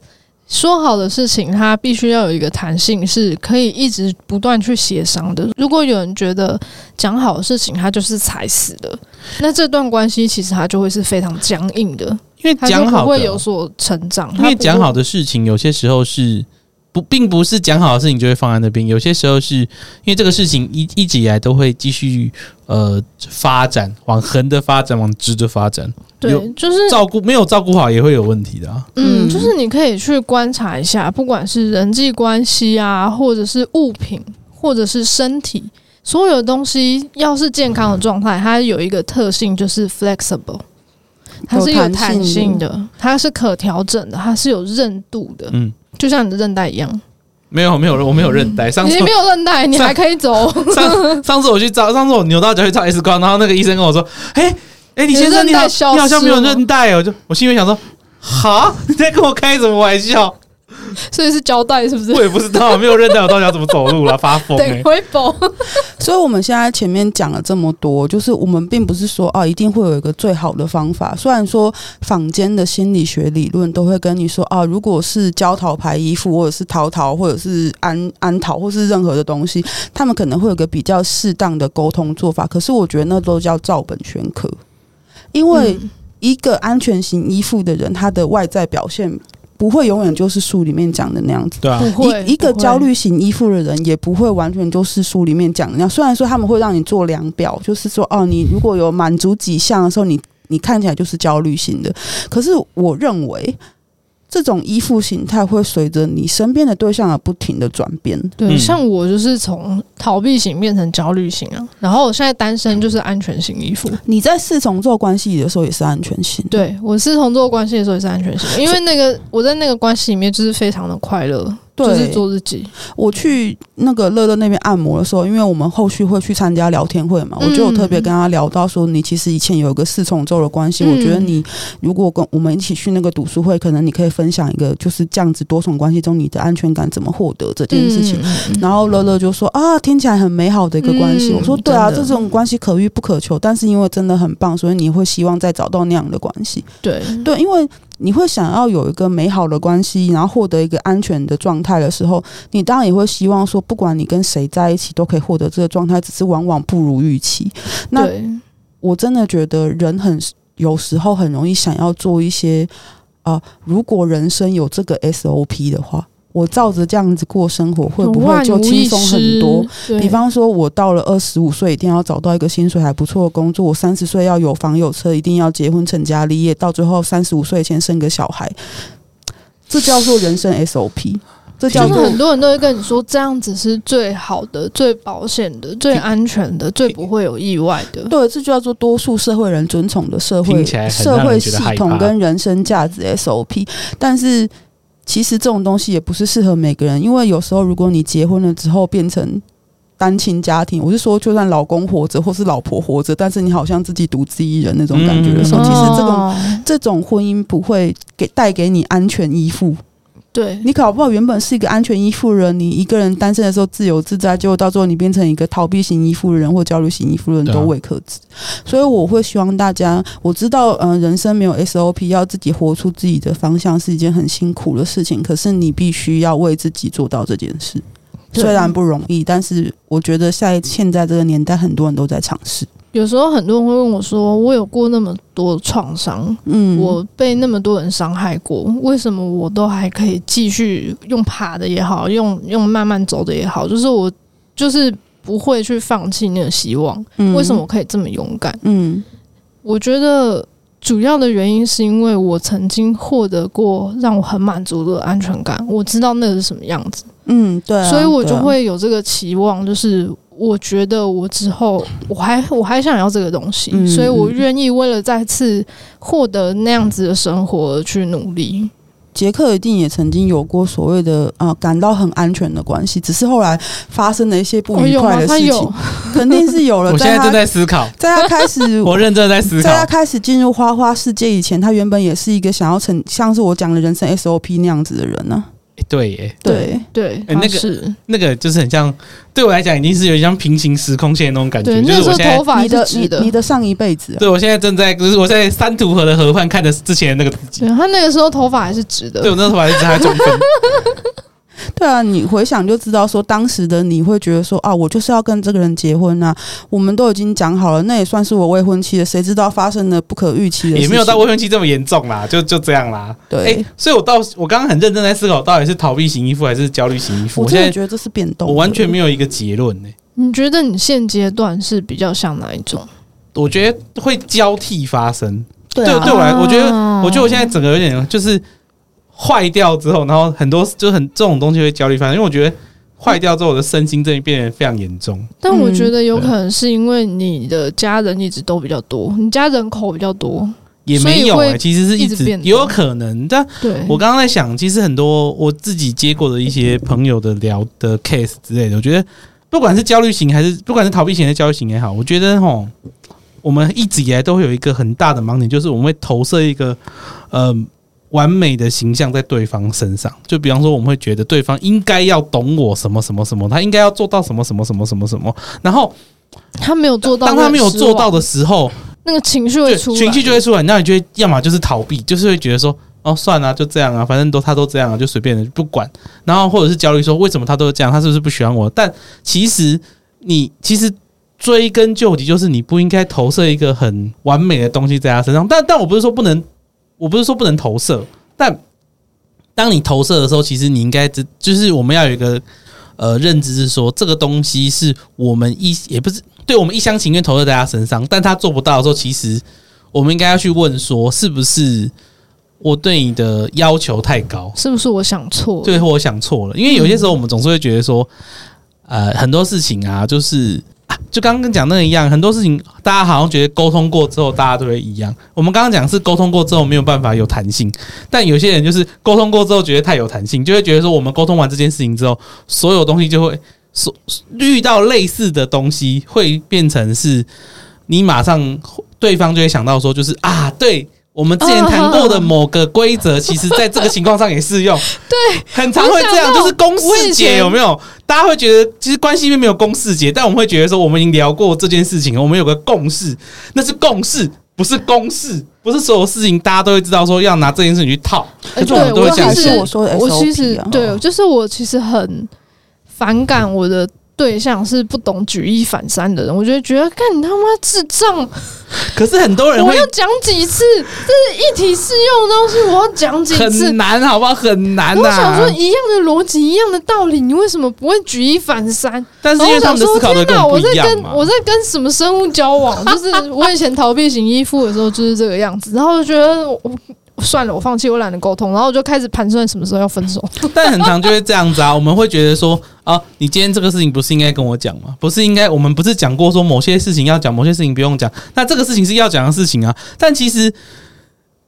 [SPEAKER 1] 说好的事情，它必须要有一个弹性，是可以一直不断去协商的。如果有人觉得讲好的事情它就是踩死的，那这段关系其实它就会是非常僵硬的，
[SPEAKER 3] 因为
[SPEAKER 1] 它就
[SPEAKER 3] 讲好
[SPEAKER 1] 不会
[SPEAKER 3] 的哦
[SPEAKER 1] 有所成长。
[SPEAKER 3] 因
[SPEAKER 1] 它
[SPEAKER 3] 为
[SPEAKER 1] 不
[SPEAKER 3] 讲
[SPEAKER 1] 会
[SPEAKER 3] 好的事情，有些时候是不，并不是讲好的事情就会放在那边，有些时候是因为这个事情一一直以来都会继续呃发展，往横的发展，往直的发展，有
[SPEAKER 1] 对，就是
[SPEAKER 3] 照顾没有照顾好也会有问题的、啊。
[SPEAKER 1] 嗯，
[SPEAKER 2] 嗯
[SPEAKER 1] 就是你可以去观察一下，不管是人际关系啊，或者是物品，或者是身体，所有的东西，要是健
[SPEAKER 3] 嗯
[SPEAKER 1] 康的状态，它有一个特性就是 flexible，它是有
[SPEAKER 2] 有
[SPEAKER 1] 弹
[SPEAKER 2] 弹
[SPEAKER 1] 性
[SPEAKER 2] 性
[SPEAKER 1] 的，它是可调整的，它是有韧度的，
[SPEAKER 3] 嗯，
[SPEAKER 1] 就像你的韧带一样，
[SPEAKER 3] 没有没有我没有韧带，上次
[SPEAKER 1] 你没有韧带，你还可以走。
[SPEAKER 3] 上上次我去照，上次我扭到脚去照 X 光，然后那个医生跟我说：“哎、哎、李先生，
[SPEAKER 1] 你
[SPEAKER 3] 你
[SPEAKER 1] 韧带
[SPEAKER 3] 好，
[SPEAKER 1] 消
[SPEAKER 3] 你好像
[SPEAKER 1] 失
[SPEAKER 3] 没有
[SPEAKER 1] 了吗
[SPEAKER 3] 韧带哦。”我就我心里想说：“哈，你在跟我开什么玩笑？
[SPEAKER 1] 所以是胶带是不是
[SPEAKER 3] 我？也不知道，没有韧带我到底要怎么走路了，发疯、
[SPEAKER 1] 得
[SPEAKER 3] 欸！
[SPEAKER 1] 回保。
[SPEAKER 2] 所以我们现在前面讲了这么多，就是我们并不是说啊，一定会有一个最好的方法。虽然说坊间的心理学理论都会跟你说啊，如果是胶桃牌依附，或者是桃桃，或者是安安桃，或是任何的东西，他们可能会有个比较适当的沟通做法。可是我觉得那都叫照本宣科，因为
[SPEAKER 1] 嗯
[SPEAKER 2] 一个安全型依附的人，他的外在表现不会永远就是书里面讲的那样子。
[SPEAKER 3] 对啊，
[SPEAKER 1] 不会
[SPEAKER 2] 一一个
[SPEAKER 1] 不会
[SPEAKER 2] 焦虑型依附的人，也不会完全就是书里面讲的那样。虽然说他们会让你做量表，就是说哦，你如果有满足几项的时候，你你看起来就是焦虑型的。可是我认为，这种依附形态会随着你身边的对象而不停的转变。
[SPEAKER 1] 对，
[SPEAKER 3] 嗯
[SPEAKER 1] 像我就是从逃避型变成焦虑型啊，然后我现在单身就是安全型依附。
[SPEAKER 2] 你在四重奏关系里的时候也是安全型，
[SPEAKER 1] 对我是同做关系的时候也是安全
[SPEAKER 2] 嗯
[SPEAKER 1] 型，因为那个我在那个关系里面就是非常的快乐，
[SPEAKER 2] 对
[SPEAKER 1] 就是做自己。
[SPEAKER 2] 我去那个乐乐那边按摩的时候，因为我们后续会去参加聊天会嘛，
[SPEAKER 1] 嗯
[SPEAKER 2] 我就有特别跟他聊到说，你其实以前有一个四重奏的关系，
[SPEAKER 1] 嗯
[SPEAKER 2] 我觉得你如果跟我们一起去那个读书会，可能你可以分享一个就是这样子多重关系中你的安全感怎么获得这件事情。
[SPEAKER 1] 嗯，嗯
[SPEAKER 2] 然后乐乐就说啊，听起来很美好的一个关系。
[SPEAKER 1] 嗯
[SPEAKER 2] 我说对啊，
[SPEAKER 1] 真
[SPEAKER 2] 这
[SPEAKER 1] 的
[SPEAKER 2] 种关系可遇不可求，但是因为真的很棒，所以你会希望再找到那样的关系。
[SPEAKER 1] 对
[SPEAKER 2] 对，因为你会想要有一个美好的关系，然后获得一个安全的状态的时候，你当然也会希望说，不管你跟谁在一起，都可以获得这个状态，只是往往不如预期。那
[SPEAKER 1] 对
[SPEAKER 2] 我真的觉得人很有时候很容易想要做一些啊、呃如果人生有这个 SOP 的话，我照着这样子过生活，会不会
[SPEAKER 1] 万
[SPEAKER 2] 就
[SPEAKER 1] 无
[SPEAKER 2] 轻
[SPEAKER 1] 一
[SPEAKER 2] 松
[SPEAKER 1] 失
[SPEAKER 2] 很多？？
[SPEAKER 1] 对
[SPEAKER 2] 比方说，我到了二十五岁，一定要找到一个薪水还不错的工作；我三十岁要有房有车，一定要结婚成家立业；到最后三十五岁前生个小孩，这叫做人生 SOP，这
[SPEAKER 1] 就
[SPEAKER 2] 叫
[SPEAKER 1] 是
[SPEAKER 2] 做
[SPEAKER 1] 很多人都会跟你说，这样子是最好的、最保险的、最安全的、最不会有意外的。
[SPEAKER 2] 对，这就叫做多数社会人遵从的社
[SPEAKER 3] 听
[SPEAKER 2] 会
[SPEAKER 3] 起来很
[SPEAKER 2] 社
[SPEAKER 3] 让
[SPEAKER 2] 会
[SPEAKER 3] 人觉得
[SPEAKER 2] 系
[SPEAKER 3] 害怕
[SPEAKER 2] 统跟人生价值 SOP，但是。其实这种东西也不是适合每个人，因为有时候如果你结婚了之后变成单亲家庭，我是说，就算老公活着或是老婆活着，但是你好像自己独自一人那种感觉的时
[SPEAKER 3] 嗯
[SPEAKER 2] 候，其实这种
[SPEAKER 1] 哦
[SPEAKER 2] 这种婚姻不会给带给你安全依附。
[SPEAKER 1] 对
[SPEAKER 2] 你搞不好原本是一个安全依附人，你一个人单身的时候自由自在，结果到最后你变成一个逃避型依附人或焦虑型依附人
[SPEAKER 3] 对啊
[SPEAKER 2] 都未可知。所以我会希望大家，我知道，嗯、人生没有 SOP，要自己活出自己的方向是一件很辛苦的事情，可是你必须要为自己做到这件事。
[SPEAKER 1] 对
[SPEAKER 2] 虽然不容易，但是我觉得在现在这个年代，很多人都在尝试。
[SPEAKER 1] 有时候很多人会问我说，我有过那么多创伤，
[SPEAKER 2] 嗯，
[SPEAKER 1] 我被那么多人伤害过，为什么我都还可以继续用爬的也好，用用慢慢走的也好，就是我就是不会去放弃那个希望。
[SPEAKER 2] 嗯
[SPEAKER 1] 为什么我？可以这么勇敢？
[SPEAKER 2] 嗯
[SPEAKER 1] 我觉得主要的原因是因为我曾经获得过让我很满足的安全感，我知道那是什么样子，
[SPEAKER 2] 嗯，对啊、
[SPEAKER 1] 所以我
[SPEAKER 2] 对
[SPEAKER 1] 就
[SPEAKER 2] 啊
[SPEAKER 1] 会有这个期望，就是。我觉得我之后我还我还想要这个东西，
[SPEAKER 2] 嗯
[SPEAKER 1] 所以我
[SPEAKER 2] 嗯
[SPEAKER 1] 愿意为了再次获得那样子的生活而去努力。
[SPEAKER 2] 杰克一定也曾经有过所谓的啊、呃感到很安全的关系，只是后来发生了一些不
[SPEAKER 1] 哦
[SPEAKER 2] 愉
[SPEAKER 1] 有
[SPEAKER 2] 快
[SPEAKER 1] 吗？
[SPEAKER 2] 的
[SPEAKER 1] 他
[SPEAKER 2] 事
[SPEAKER 1] 有
[SPEAKER 2] 情，肯定是 有了。
[SPEAKER 3] 我现在
[SPEAKER 2] 他
[SPEAKER 3] 正在思考，
[SPEAKER 2] 在他开始
[SPEAKER 3] 我认真地在思
[SPEAKER 2] 在他
[SPEAKER 3] 考。
[SPEAKER 2] 开始进入花花世界以前，他原本也是一个想要成像是我讲的人生 SOP 那样子的人呢、
[SPEAKER 3] 诶对耶，
[SPEAKER 2] 对，
[SPEAKER 1] 对，
[SPEAKER 3] 哎那个
[SPEAKER 1] 他是
[SPEAKER 3] 那个就是很像，对我来讲已经是有点像平行时空线那种感觉，
[SPEAKER 1] 对，
[SPEAKER 3] 就
[SPEAKER 1] 那
[SPEAKER 3] 是
[SPEAKER 1] 时
[SPEAKER 3] 我
[SPEAKER 1] 候
[SPEAKER 3] 现在
[SPEAKER 1] 头发
[SPEAKER 2] 你
[SPEAKER 1] 是
[SPEAKER 2] 的
[SPEAKER 1] 直
[SPEAKER 2] 你
[SPEAKER 1] 的
[SPEAKER 2] 你。的上一辈子啊、
[SPEAKER 3] 对我现在正在就是我在三途河的河畔看的是之前的那个自己，
[SPEAKER 1] 对他那个时候头发还是直的
[SPEAKER 3] 对，我那时候还是还中分，
[SPEAKER 2] 对啊，你回想就知道说当时的你会觉得说啊，我就是要跟这个人结婚啊，我们都已经讲好了，那也算是我未婚妻了，谁知道发生了不可预期的事情，
[SPEAKER 3] 也没有到未婚妻这么严重啦，就就这样啦。哎、
[SPEAKER 2] 对。
[SPEAKER 3] 所以我到我刚刚很认真在思考，到底是逃避型依附还是焦虑型依附？
[SPEAKER 2] 我
[SPEAKER 3] 我
[SPEAKER 2] 真的
[SPEAKER 3] 现在
[SPEAKER 2] 觉得这是变动
[SPEAKER 3] 我
[SPEAKER 2] 的，
[SPEAKER 3] 完全没有一个结论呢、
[SPEAKER 1] 你觉得你现阶段是比较像哪一种？
[SPEAKER 3] 我觉得会交替发生，
[SPEAKER 2] 对
[SPEAKER 3] 对
[SPEAKER 2] 啊
[SPEAKER 3] 对我来，
[SPEAKER 1] 啊
[SPEAKER 3] 我觉得我觉得我现在整个有点就是坏掉之后，然后很多就很这种东西会焦虑发生，因为我觉得坏掉之后，我的身心症变得非常严重。
[SPEAKER 1] 但我
[SPEAKER 2] 嗯
[SPEAKER 1] 觉得有
[SPEAKER 3] 对啊
[SPEAKER 1] 可能是因为你的家人一直都比较多，你家人口比较多，
[SPEAKER 3] 也没有、
[SPEAKER 1] 所以
[SPEAKER 3] 欸，
[SPEAKER 1] 会
[SPEAKER 3] 其实是一
[SPEAKER 1] 一直
[SPEAKER 3] 直
[SPEAKER 1] 变动
[SPEAKER 3] 也有可能。但
[SPEAKER 1] 对，
[SPEAKER 3] 我刚刚在想，其实很多我自己接过的一些朋友的聊的 case 之类的，我觉得不管是焦虑型还是不管是逃避型还是焦虑型也好，我觉得吼，我们一直以来都会有一个很大的盲点，就是我们会投射一个呃完美的形象在对方身上。就比方说，我们会觉得对方应该要懂我什么什么什么，他应该要做到什么什么什么什么什么。然后
[SPEAKER 1] 他没有做到，
[SPEAKER 3] 当他没有做到
[SPEAKER 1] 的，
[SPEAKER 3] 的时候，
[SPEAKER 1] 那个情绪
[SPEAKER 3] 对，
[SPEAKER 1] 会出来，
[SPEAKER 3] 情绪就会出来，那你就会要么就是逃避，就是会觉得说，哦，算了、就这样啊，反正都他都这样啊，就随便的不管。然后或者是焦虑说，为什么他都这样，啊他是不是不喜欢我？但其实你其实追根究底，就是你不应该投射一个很完美的东西在他身上。但但我不是说不能，我不是说不能投射，但当你投射的时候，其实你应该知，就是我们要有一个呃认知，是说这个东西是我们一也不是对我们一厢情愿投射在他身上，但他做不到的时候，其实我们应该要去问说，是不是我对你的要求太高？
[SPEAKER 1] 是不是我想错？
[SPEAKER 3] 对，或我想错了，因为有些时候我们总是会觉得说，呃，很多事情啊，就是啊，就刚刚讲那个一样，很多事情大家好像觉得沟通过之后，大家都会一样。我们刚刚讲是沟通过之后没有办法有弹性，但有些人就是沟通过之后觉得太有弹性，就会觉得说，我们沟通完这件事情之后，所有东西就会所遇到类似的东西，会变成是你马上对方就会想到说，就是啊，对。我们之前谈过的某个规则，其实在这个情况上也适用。很常会这
[SPEAKER 1] 我想
[SPEAKER 3] 样，
[SPEAKER 1] 到
[SPEAKER 3] 就是公
[SPEAKER 1] 我以
[SPEAKER 3] 式
[SPEAKER 1] 前
[SPEAKER 3] 节有没有？大家会觉得其实关系并没有公式节，但我们会觉得说我们已经聊过这件事情，我们有个共识，那是共识，不是公式，不是所有事情大家都会知道说要拿这件事情去套。
[SPEAKER 1] 哎，
[SPEAKER 3] 就
[SPEAKER 1] 对
[SPEAKER 3] 我们都会这样
[SPEAKER 1] 其
[SPEAKER 3] 想
[SPEAKER 1] 实
[SPEAKER 2] 我说的
[SPEAKER 1] 我
[SPEAKER 2] SOP
[SPEAKER 1] 其实
[SPEAKER 2] 啊
[SPEAKER 1] 对，就是我其实很反感我的。对象是不懂举一反三的人，我就会觉得，看你他妈智障！
[SPEAKER 3] 可是很多人
[SPEAKER 1] 我
[SPEAKER 3] 会
[SPEAKER 1] 要讲几次？这是一体适用的东西，我要讲几次
[SPEAKER 3] 很？难，啊好不好？很难
[SPEAKER 1] 我
[SPEAKER 3] 呐、
[SPEAKER 1] 想说，一样的逻辑，一样的道理，你为什么不会举一反三？
[SPEAKER 3] 但是
[SPEAKER 1] 然
[SPEAKER 3] 因为
[SPEAKER 1] 后
[SPEAKER 3] 他
[SPEAKER 1] 我想
[SPEAKER 3] 们的
[SPEAKER 1] 说，
[SPEAKER 3] 思考都
[SPEAKER 1] 天哪，我
[SPEAKER 3] 不
[SPEAKER 1] 在
[SPEAKER 3] 一样
[SPEAKER 1] 跟
[SPEAKER 3] 嘛。
[SPEAKER 1] 我在跟什么生物交往？ 就是我以前逃避型依附的时候就是这个样子，然后就觉得我我算了，我放弃，我懒得沟通，然后我就开始盘算什么时候要分手。
[SPEAKER 3] 但很常就会这样子啊，我们会觉得说啊，你今天这个事情不是应该跟我讲吗？不是应该我们不是讲过说某些事情要讲，某些事情不用讲？那这个事情是要讲的事情啊。但其实，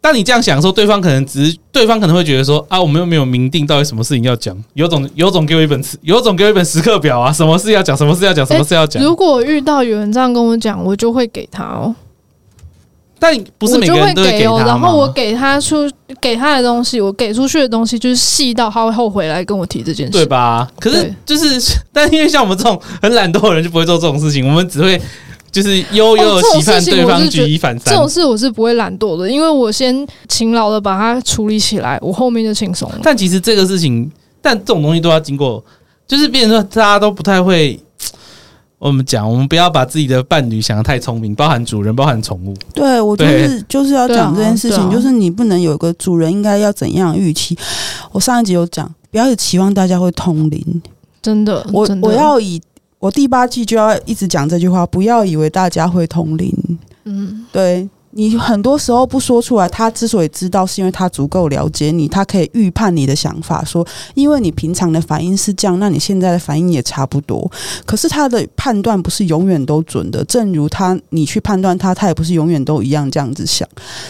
[SPEAKER 3] 当你这样想的时候，对方可能只是对方可能会觉得说啊，我们又没有明定到底什么事情要讲，有种有种给我一本有种给我一本时刻表啊，什么事要讲，什么事要讲，什么事要讲。
[SPEAKER 1] 如果遇到有人这样跟我讲，我就会给他哦，
[SPEAKER 3] 但不是每个
[SPEAKER 1] 我就会
[SPEAKER 3] 人都会
[SPEAKER 1] 给
[SPEAKER 3] 给他
[SPEAKER 1] 哦
[SPEAKER 3] 嘛。，
[SPEAKER 1] 然后我给他出给他的东西，我给出去的东西就是细到他会后悔来跟我提这件事。
[SPEAKER 3] 对吧？可是
[SPEAKER 1] 对
[SPEAKER 3] 就是， 但因为像我们这种很懒惰的人，就不会做这种事情，我们只会就是悠悠
[SPEAKER 1] 哦
[SPEAKER 3] 的
[SPEAKER 1] 这种
[SPEAKER 3] 期盼
[SPEAKER 1] 事情
[SPEAKER 3] 对
[SPEAKER 1] 我
[SPEAKER 3] 方
[SPEAKER 1] 是觉
[SPEAKER 3] 举
[SPEAKER 1] 得
[SPEAKER 3] 一反
[SPEAKER 1] 这
[SPEAKER 3] 三。
[SPEAKER 1] 种事我是不会懒惰的，因为我先勤劳的把它处理起来，我后面就轻松了。
[SPEAKER 3] 但其实这个事情，但这种东西都要经过，就是变成说大家都不太会。我们讲，我们不要把自己的伴侣想得太聪明，包含主人，包含宠物。
[SPEAKER 2] 对，我就
[SPEAKER 3] 对
[SPEAKER 2] 是就是要讲这件事
[SPEAKER 1] 对啊
[SPEAKER 2] 情，
[SPEAKER 1] 对啊
[SPEAKER 2] 就是你不能有一个主人应该要怎样预期。我上一集有讲，不要期望大家会通灵。
[SPEAKER 1] 真的，
[SPEAKER 2] 我
[SPEAKER 1] 真的
[SPEAKER 2] 我要以我第八季就要一直讲这句话，不要以为大家会通灵。
[SPEAKER 1] 嗯，
[SPEAKER 2] 对你很多时候不说出来，他之所以知道，是因为他足够了解你，他可以预判你的想法，说因为你平常的反应是这样，那你现在的反应也差不多。可是他的判断不是永远都准的，正如他你去判断他，他也不是永远都一样这样子想。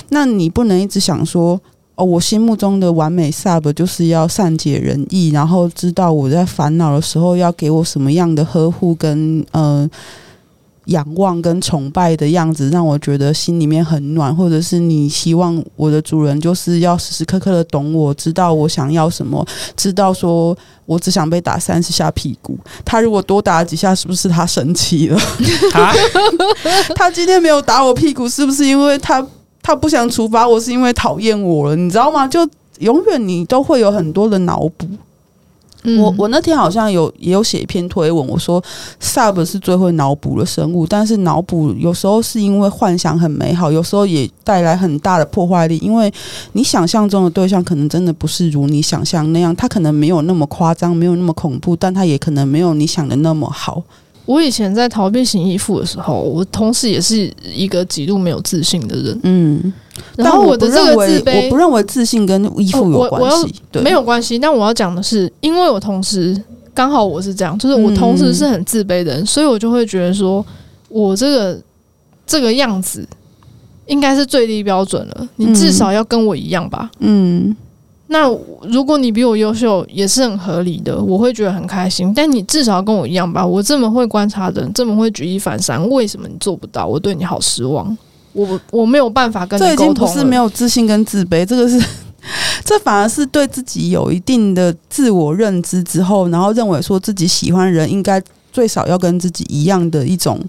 [SPEAKER 2] 那你不能一直想说。哦，我心目中的完美 sub 就是要善解人意，然后知道我在烦恼的时候要给我什么样的呵护跟呃仰望跟崇拜的样子，让我觉得心里面很暖，或者是你希望我的主人就是要时时刻刻的懂我，知道我想要什么，知道说我只想被打三十下屁股，他如果多打几下，是不是他生气了？
[SPEAKER 3] 啊，
[SPEAKER 2] 他今天没有打我屁股，是不是因为他他不想处罚我，是因为讨厌我了？你知道吗？就永远你都会有很多的脑补。
[SPEAKER 1] 嗯
[SPEAKER 2] 我我那天好像有也有写一篇推文，我说 sub 是最会脑补的生物，但是脑补有时候是因为幻想很美好，有时候也带来很大的破坏力，因为你想象中的对象可能真的不是如你想象那样，他可能没有那么夸张，没有那么恐怖，但他也可能没有你想的那么好。
[SPEAKER 1] 我以前在逃避型依附的时候，我同时也是一个极度没有自信的人。
[SPEAKER 2] 嗯，
[SPEAKER 1] 然后
[SPEAKER 2] 但我
[SPEAKER 1] 的
[SPEAKER 2] 不认
[SPEAKER 1] 这个自
[SPEAKER 2] 为，我
[SPEAKER 1] 卑
[SPEAKER 2] 不认为自信跟依附
[SPEAKER 1] 哦我
[SPEAKER 2] 有关
[SPEAKER 1] 我要
[SPEAKER 2] 系，对，
[SPEAKER 1] 没有关系，但我要讲的是，因为我同时刚好我是这样，就是
[SPEAKER 2] 嗯
[SPEAKER 1] 我同时是很自卑的人，所以我就会觉得说，我这个这个样子应该是最低标准了，你至少要跟我一样吧。
[SPEAKER 2] 嗯
[SPEAKER 1] 那如果你比我优秀，也是很合理的，我会觉得很开心。但你至少要跟我一样吧，我这么会观察人，这么会举一反三，为什么你做不到？我对你好失望，我我没有办法跟
[SPEAKER 2] 这
[SPEAKER 1] 你
[SPEAKER 2] 已
[SPEAKER 1] 沟
[SPEAKER 2] 经不
[SPEAKER 1] 通
[SPEAKER 2] 是没
[SPEAKER 1] 了。
[SPEAKER 2] 有自信跟自卑，这个是这反而是对自己有一定的自我认知之后，然后认为说自己喜欢的人应该最少要跟自己一样的一种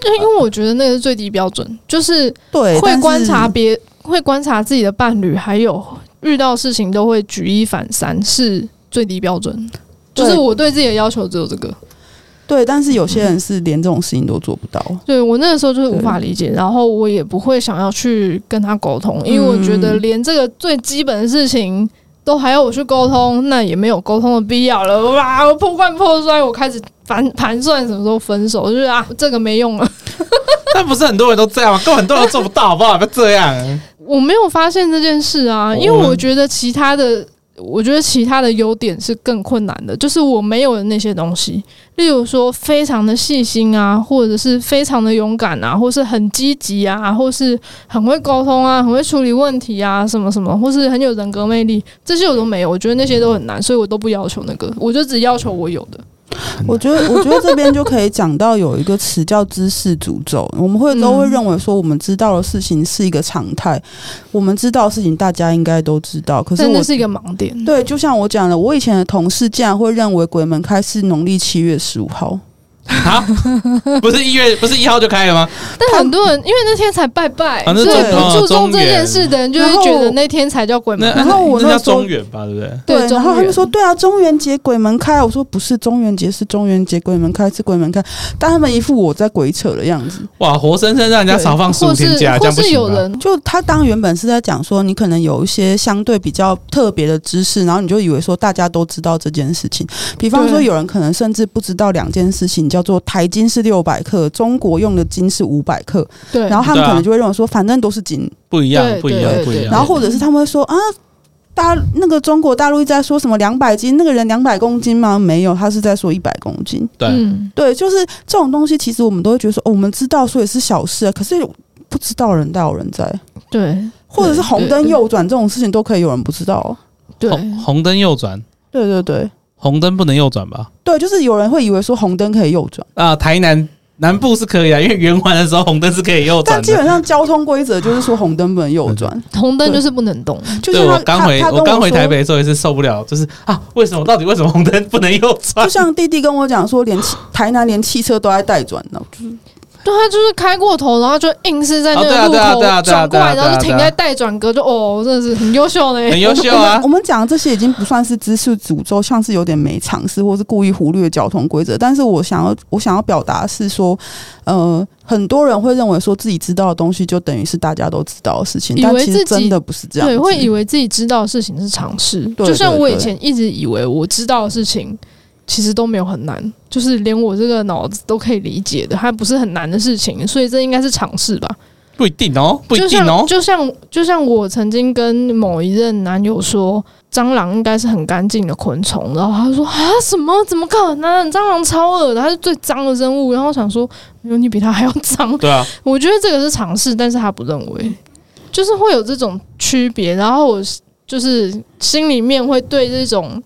[SPEAKER 1] 对，因为我觉得那个是最低标准，就是
[SPEAKER 2] 对
[SPEAKER 1] 会观察
[SPEAKER 2] 但是
[SPEAKER 1] 别，会观察自己的伴侣，还有遇到事情都会举一反三，是最低标准。
[SPEAKER 2] 对
[SPEAKER 1] 就是我对自己的要求只有这个，
[SPEAKER 2] 对，但是有
[SPEAKER 1] 嗯
[SPEAKER 2] 些人是连这种事情都做不到。
[SPEAKER 1] 对我那个时候就是无法理解，然后我也不会想要去跟他沟通，因为我觉得连这个最基本的事情都还要我去沟通，那也没有沟通的必要了。哇，我破罐破摔，我开始盘盘算什么时候分手，就是啊，这个没用了。
[SPEAKER 3] 但不是很多人都这样吗？根本很多人都做不到，好不好？不要这样。
[SPEAKER 1] 我没有发现这件事啊，
[SPEAKER 3] 我
[SPEAKER 2] 哦
[SPEAKER 1] 因为我觉得其他的，我觉得其他的优点是更困难的，就是我没有的那些东西，例如说非常的细心啊，或者是非常的勇敢啊，或是很积极啊，或是很会沟通啊，很会处理问题啊，什么什么，或是很有人格魅力，这些我都没有，我觉得那些都很难，所以我都不要求那个，我就只要求我有的。
[SPEAKER 2] 我觉得，我觉得这边就可以讲到有一个词叫知识诅咒。我们会都会认为说，我们知道的事情是一个常态，我们知道的事情大家应该都知道。可是
[SPEAKER 1] 但
[SPEAKER 2] 我
[SPEAKER 1] 那是一个盲点，
[SPEAKER 2] 对，就像我讲的，我以前的同事竟然会认为鬼门开是农历七月十五号，
[SPEAKER 3] 啊， 不是一月，不是一号就开了吗？
[SPEAKER 1] 但很多人因为那天才拜拜，
[SPEAKER 3] 啊那
[SPEAKER 1] 所以
[SPEAKER 2] 对
[SPEAKER 1] 不注重
[SPEAKER 3] 哦
[SPEAKER 1] 这件事的人就会
[SPEAKER 2] 中元
[SPEAKER 1] 觉得那天才叫鬼门
[SPEAKER 3] 那
[SPEAKER 1] 开。
[SPEAKER 2] 然后我
[SPEAKER 3] 那
[SPEAKER 2] 那
[SPEAKER 3] 叫
[SPEAKER 2] 时候
[SPEAKER 3] 中原吧，对不对？
[SPEAKER 1] 对，
[SPEAKER 2] 然后他
[SPEAKER 1] 中
[SPEAKER 2] 们
[SPEAKER 1] 原
[SPEAKER 2] 说，对啊，中元节鬼门开啊，我说不是中元节，是中元节鬼门开，是鬼门开，但他们一副我在鬼扯的样子。
[SPEAKER 3] 哇，活生生让人家少放十五
[SPEAKER 1] 或是
[SPEAKER 3] 天假，这
[SPEAKER 1] 或
[SPEAKER 3] 样不
[SPEAKER 1] 是
[SPEAKER 3] 行
[SPEAKER 1] 有
[SPEAKER 3] 吧？
[SPEAKER 1] 人
[SPEAKER 2] 就他当原本是在讲说，你可能有一些相对比较特别的知识，然后你就以为说大家都知道这件事情。比方说，
[SPEAKER 1] 对
[SPEAKER 2] 有人可能甚至不知道两件事情，叫做台金是六百克，中国用的金是五百克，
[SPEAKER 1] 对，
[SPEAKER 2] 然后他们
[SPEAKER 3] 对啊
[SPEAKER 2] 可能就会认为说，反正都是金。
[SPEAKER 3] 不一样，
[SPEAKER 1] 对
[SPEAKER 3] 不一样
[SPEAKER 1] 对，
[SPEAKER 3] 不一
[SPEAKER 1] 对
[SPEAKER 3] 样。
[SPEAKER 2] 然后或者是他们会说啊，大那个中国大陆一直在说什么两百斤，那个人两百公斤吗？没有，他是在说一百公斤。
[SPEAKER 3] 对，
[SPEAKER 1] 嗯，
[SPEAKER 2] 对，就是这种东西，其实我们都会觉得说，哦，我们知道，所以是小事啊。可是不知道的人大有人在，
[SPEAKER 1] 对
[SPEAKER 2] 或者是红灯
[SPEAKER 1] 对
[SPEAKER 2] 右转这种事情都可以有人不知道哦。
[SPEAKER 1] 对，
[SPEAKER 3] 红红灯右转，
[SPEAKER 2] 对对对
[SPEAKER 3] 红灯不能右转吧？
[SPEAKER 2] 对，就是有人会以为说红灯可以右转，
[SPEAKER 3] 啊，台南南部是可以啊，因为圆环的时候红灯是可以右
[SPEAKER 2] 但
[SPEAKER 3] 转
[SPEAKER 2] 基本
[SPEAKER 3] 的。
[SPEAKER 2] 上交通规则就是说红灯不能右转。
[SPEAKER 1] 红灯就是不能动，
[SPEAKER 2] 就
[SPEAKER 3] 对
[SPEAKER 2] 像
[SPEAKER 3] 我
[SPEAKER 2] 他
[SPEAKER 3] 刚
[SPEAKER 2] 他
[SPEAKER 3] 回
[SPEAKER 2] 他跟
[SPEAKER 3] 我刚回
[SPEAKER 2] 说
[SPEAKER 3] 台北的时候也是受不了，就是啊，为什么到底为什么红灯不能右转
[SPEAKER 2] 就？像弟弟跟我讲说，连汽台南连汽车都在带转呢，就是
[SPEAKER 1] 对他就是开过头，然后就硬是在那个
[SPEAKER 3] 哦
[SPEAKER 1] 路
[SPEAKER 3] 对啊对啊
[SPEAKER 1] 口
[SPEAKER 3] 对啊
[SPEAKER 1] 转
[SPEAKER 3] 对
[SPEAKER 1] 过
[SPEAKER 3] 啊
[SPEAKER 1] 来，
[SPEAKER 3] 对啊
[SPEAKER 1] 然后就停在待转格，就哦，真的是很优秀呢。
[SPEAKER 3] 很优秀
[SPEAKER 2] 我
[SPEAKER 3] 啊
[SPEAKER 2] 们！我们讲的这些已经不算是知识诅咒，像是有点没常识，或是故意忽略交通规则。但是我想要，我想要表达的是说，呃，很多人会认为说自己知道的东西就等于是大家都知道的事情，
[SPEAKER 1] 以为
[SPEAKER 2] 但其
[SPEAKER 1] 自
[SPEAKER 2] 实
[SPEAKER 1] 己
[SPEAKER 2] 真的不是这样子。
[SPEAKER 1] 对，会以为自己知道的事情是常识，
[SPEAKER 2] 对
[SPEAKER 1] 就像
[SPEAKER 2] 对
[SPEAKER 1] 我
[SPEAKER 2] 对
[SPEAKER 1] 以前一直以为我知道的事情，其实都没有很难，就是连我这个脑子都可以理解的，还不是很难的事情，所以这应该是常识吧。
[SPEAKER 3] 不一定哦，不一定哦。
[SPEAKER 1] 就像就像就像我曾经跟某一任男友说，蟑螂应该是很干净的昆虫，然后他就说啊什么？怎么可能？蟑螂超恶的，它是最脏的生物。然后我想说，没有你比它还要脏。
[SPEAKER 3] 对啊，
[SPEAKER 1] 我觉得这个是尝试，但是他不认为，就是会有这种区别。然后我是就是心里面会对这种。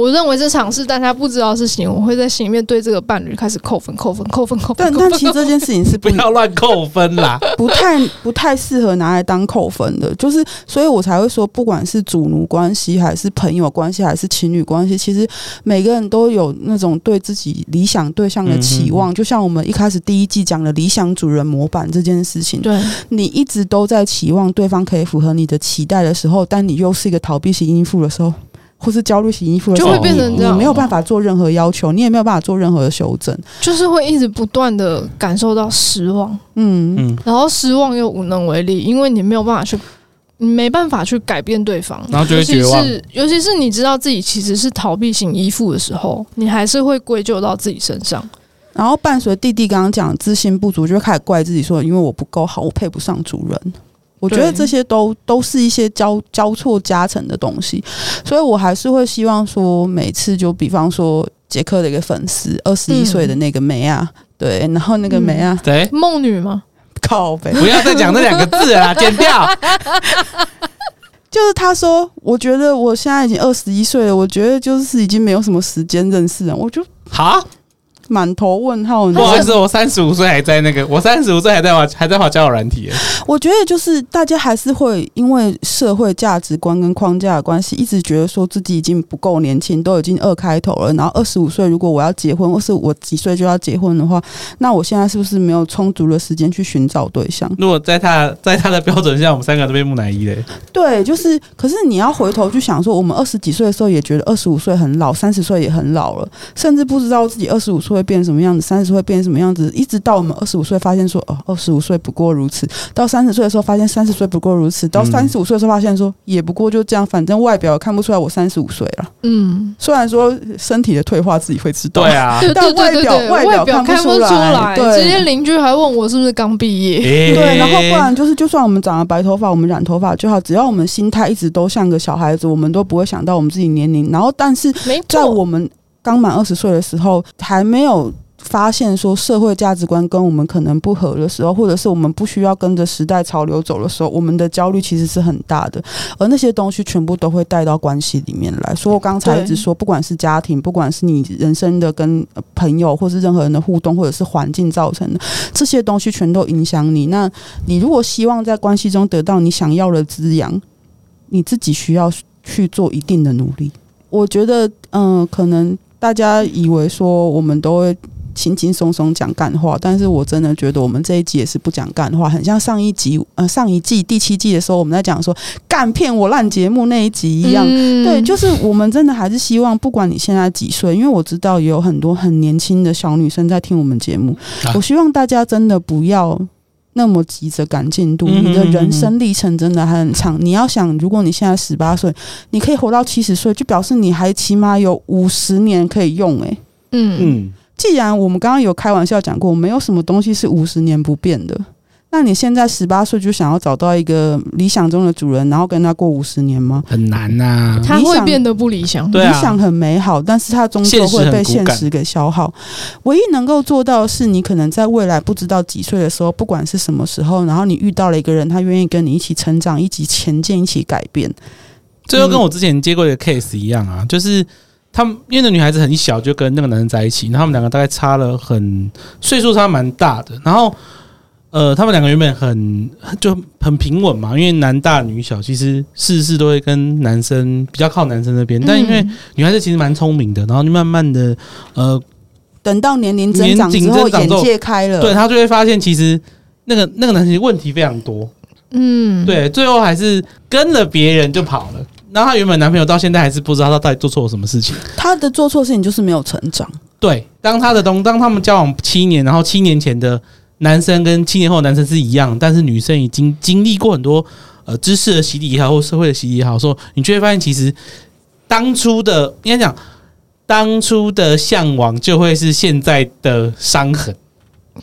[SPEAKER 1] 我认为是尝试，但他不知道是行，我会在心里面对这个伴侣开始扣分、扣分、扣分、扣分。
[SPEAKER 2] 但
[SPEAKER 1] 扣
[SPEAKER 2] 但
[SPEAKER 1] 分
[SPEAKER 2] 其实这件事情是不
[SPEAKER 3] 不要乱扣分啦。
[SPEAKER 2] 不太不太适合拿来当扣分的，就是所以我才会说，不管是主奴关系，还是朋友关系，还是情侣关系，其实每个人都有那种对自己理想对象的
[SPEAKER 1] 嗯
[SPEAKER 2] 期望。就像我们一开始第一季讲的理想主人模板这件事情，
[SPEAKER 1] 对，
[SPEAKER 2] 你一直都在期望对方可以符合你的期待的时候，但你又是一个逃避型依附的时候，或是焦虑型依附的时候，
[SPEAKER 1] 就会变
[SPEAKER 3] 哦
[SPEAKER 1] 成
[SPEAKER 2] 你
[SPEAKER 1] 这样哦
[SPEAKER 2] 你没有办法做任何要求，你也没有办法做任何的修正。
[SPEAKER 1] 就是会一直不断的感受到失望，
[SPEAKER 2] 嗯，
[SPEAKER 3] 嗯，
[SPEAKER 1] 然后失望又无能为力，因为你没有办法去，你没办法去改变对方。
[SPEAKER 3] 然后就
[SPEAKER 1] 尤
[SPEAKER 3] 会
[SPEAKER 1] 其
[SPEAKER 3] 绝望。
[SPEAKER 1] 是尤其是你知道自己其实是逃避型依附的时候，你还是会归咎到自己身上。
[SPEAKER 2] 然后伴随弟弟刚刚讲自信不足，就会开始怪自己说，因为我不够好，我配不上主人。我觉得
[SPEAKER 1] 对
[SPEAKER 2] 这些都都是一些交交错加成的东西，所以我还是会希望说，每次就比方说杰克的一个粉丝，二十一
[SPEAKER 1] 嗯
[SPEAKER 2] 岁的那个梅啊，对，然后那个梅啊，
[SPEAKER 3] 对，
[SPEAKER 1] 梦女吗？
[SPEAKER 2] 靠呗，
[SPEAKER 3] 不要再讲这两个字 了啦，剪掉。
[SPEAKER 2] 就是他说，我觉得我现在已经二十一岁了，我觉得就是已经没有什么时间认识人，我就
[SPEAKER 3] 好，
[SPEAKER 2] 满头问号。你知
[SPEAKER 3] 不
[SPEAKER 2] 道吗
[SPEAKER 3] 好意思，我三十五岁还在那个，我三十五岁还在玩，还在玩交友软体耶。
[SPEAKER 2] 我觉得就是大家还是会因为社会价值观跟框架的关系，一直觉得说自己已经不够年轻，都已经二开头了。然后二十五岁如果我要结婚，或是我几岁就要结婚的话，那我现在是不是没有充足的时间去寻找对象？
[SPEAKER 3] 如果在他在他的标准下，我们三个都被木乃伊嘞。
[SPEAKER 2] 对，就是，可是你要回头去想说，我们二十几岁的时候也觉得二十五岁很老，三十岁也很老了，甚至不知道自己二十五岁会变什么样子，三十岁会变什么样子，一直到我们二十五岁发现说，哦，二十五岁不过如此；到三十岁的时候发现三十岁不过如此；到
[SPEAKER 3] 嗯
[SPEAKER 2] 三十五岁的时候发现说，也不过就这样，反正外表也看不出来我三十五岁了。
[SPEAKER 1] 嗯，
[SPEAKER 2] 虽然说身体的退化自己会知道，
[SPEAKER 3] 对啊，
[SPEAKER 1] 对对
[SPEAKER 2] 但
[SPEAKER 1] 对对对，
[SPEAKER 2] 外表
[SPEAKER 1] 外表
[SPEAKER 2] 看
[SPEAKER 1] 看
[SPEAKER 2] 不
[SPEAKER 1] 不
[SPEAKER 2] 出
[SPEAKER 1] 出
[SPEAKER 2] 来
[SPEAKER 1] 来，
[SPEAKER 2] 对
[SPEAKER 1] 直接邻居还问我是不是刚毕业。
[SPEAKER 3] 对
[SPEAKER 2] 对，然后 不然就是，就算我们长了白头发，我们染头发就好，只要我们心态一直都像个小孩子，我们都不会想到我们自己年龄。然后，但是
[SPEAKER 1] 没
[SPEAKER 2] 在
[SPEAKER 1] 错，
[SPEAKER 2] 我们刚满二十岁的时候，还没有发现说社会价值观跟我们可能不合的时候，或者是我们不需要跟着时代潮流走的时候，我们的焦虑其实是很大的，而那些东西全部都会带到关系里面来。所以我刚才一直说，不管是家庭，不管是你人生的跟呃朋友或是任何人的互动，或者是环境造成的这些东西，全都影响你。那你如果希望在关系中得到你想要的滋养，你自己需要去做一定的努力。我觉得，嗯、可能大家以为说我们都会轻轻松松讲干话，但是我真的觉得我们这一集也是不讲干话，很像上一集，呃，上一季第七季的时候，我们在讲说干骗我烂节目那一集一样。
[SPEAKER 1] 嗯
[SPEAKER 2] 对，就是我们真的还是希望，不管你现在几岁，因为我知道也有很多很年轻的小女生在听我们节目，
[SPEAKER 3] 啊
[SPEAKER 2] 我希望大家真的不要那么急着赶进度，
[SPEAKER 3] 嗯
[SPEAKER 2] 你的
[SPEAKER 3] 嗯嗯
[SPEAKER 2] 人生历程真的还很长。你要想，如果你现在十八岁，你可以活到七十岁，就表示你还起码有五十年可以用、欸。诶，
[SPEAKER 1] 嗯
[SPEAKER 3] 嗯，
[SPEAKER 2] 既然我们刚刚有开玩笑讲过，没有什么东西是五十年不变的。那你现在十八岁就想要找到一个理想中的主人，然后跟他过五十年吗？
[SPEAKER 3] 很难呐、
[SPEAKER 1] 他
[SPEAKER 2] 你
[SPEAKER 1] 会
[SPEAKER 2] 想
[SPEAKER 1] 变得不理想。
[SPEAKER 3] 对
[SPEAKER 2] 理
[SPEAKER 3] 啊，
[SPEAKER 2] 想很美好，但是它终究会被现实给消耗。唯一能够做到的是，你可能在未来不知道几岁的时候，不管是什么时候，然后你遇到了一个人，他愿意跟你一起成长、一起前进、一起改变。
[SPEAKER 3] 这就跟我之前接过一个 case 一样啊，就是他们因为那女孩子很小就跟那个男生在一起，然后他们两个大概差了很岁数差蛮大的，然后呃，他们两个原本很就很平稳嘛，因为男大女小，其实事事都会跟男生比较靠男生那边，但因为
[SPEAKER 1] 嗯
[SPEAKER 3] 女孩子其实蛮聪明的，然后就慢慢的呃，
[SPEAKER 2] 等到年龄增长之
[SPEAKER 3] 年龄
[SPEAKER 2] 后，
[SPEAKER 3] 增长
[SPEAKER 2] 眼
[SPEAKER 3] 之后
[SPEAKER 2] 界开了，
[SPEAKER 3] 对她就会发现其实那个那个男生问题非常多，
[SPEAKER 1] 嗯，
[SPEAKER 3] 对，最后还是跟了别人就跑了。然后她原本男朋友到现在还是不知道她到底做错了什么事情。
[SPEAKER 2] 他的做错事情就是没有成长。
[SPEAKER 3] 对，当她的东，当他们交往七年，然后七年前的男生跟七年后的男生是一样，但是女生已经经历过很多呃知识的洗礼也好，或社会的洗礼也好，说你就会发现，其实当初的应该讲，当初的向往就会是现在的伤痕。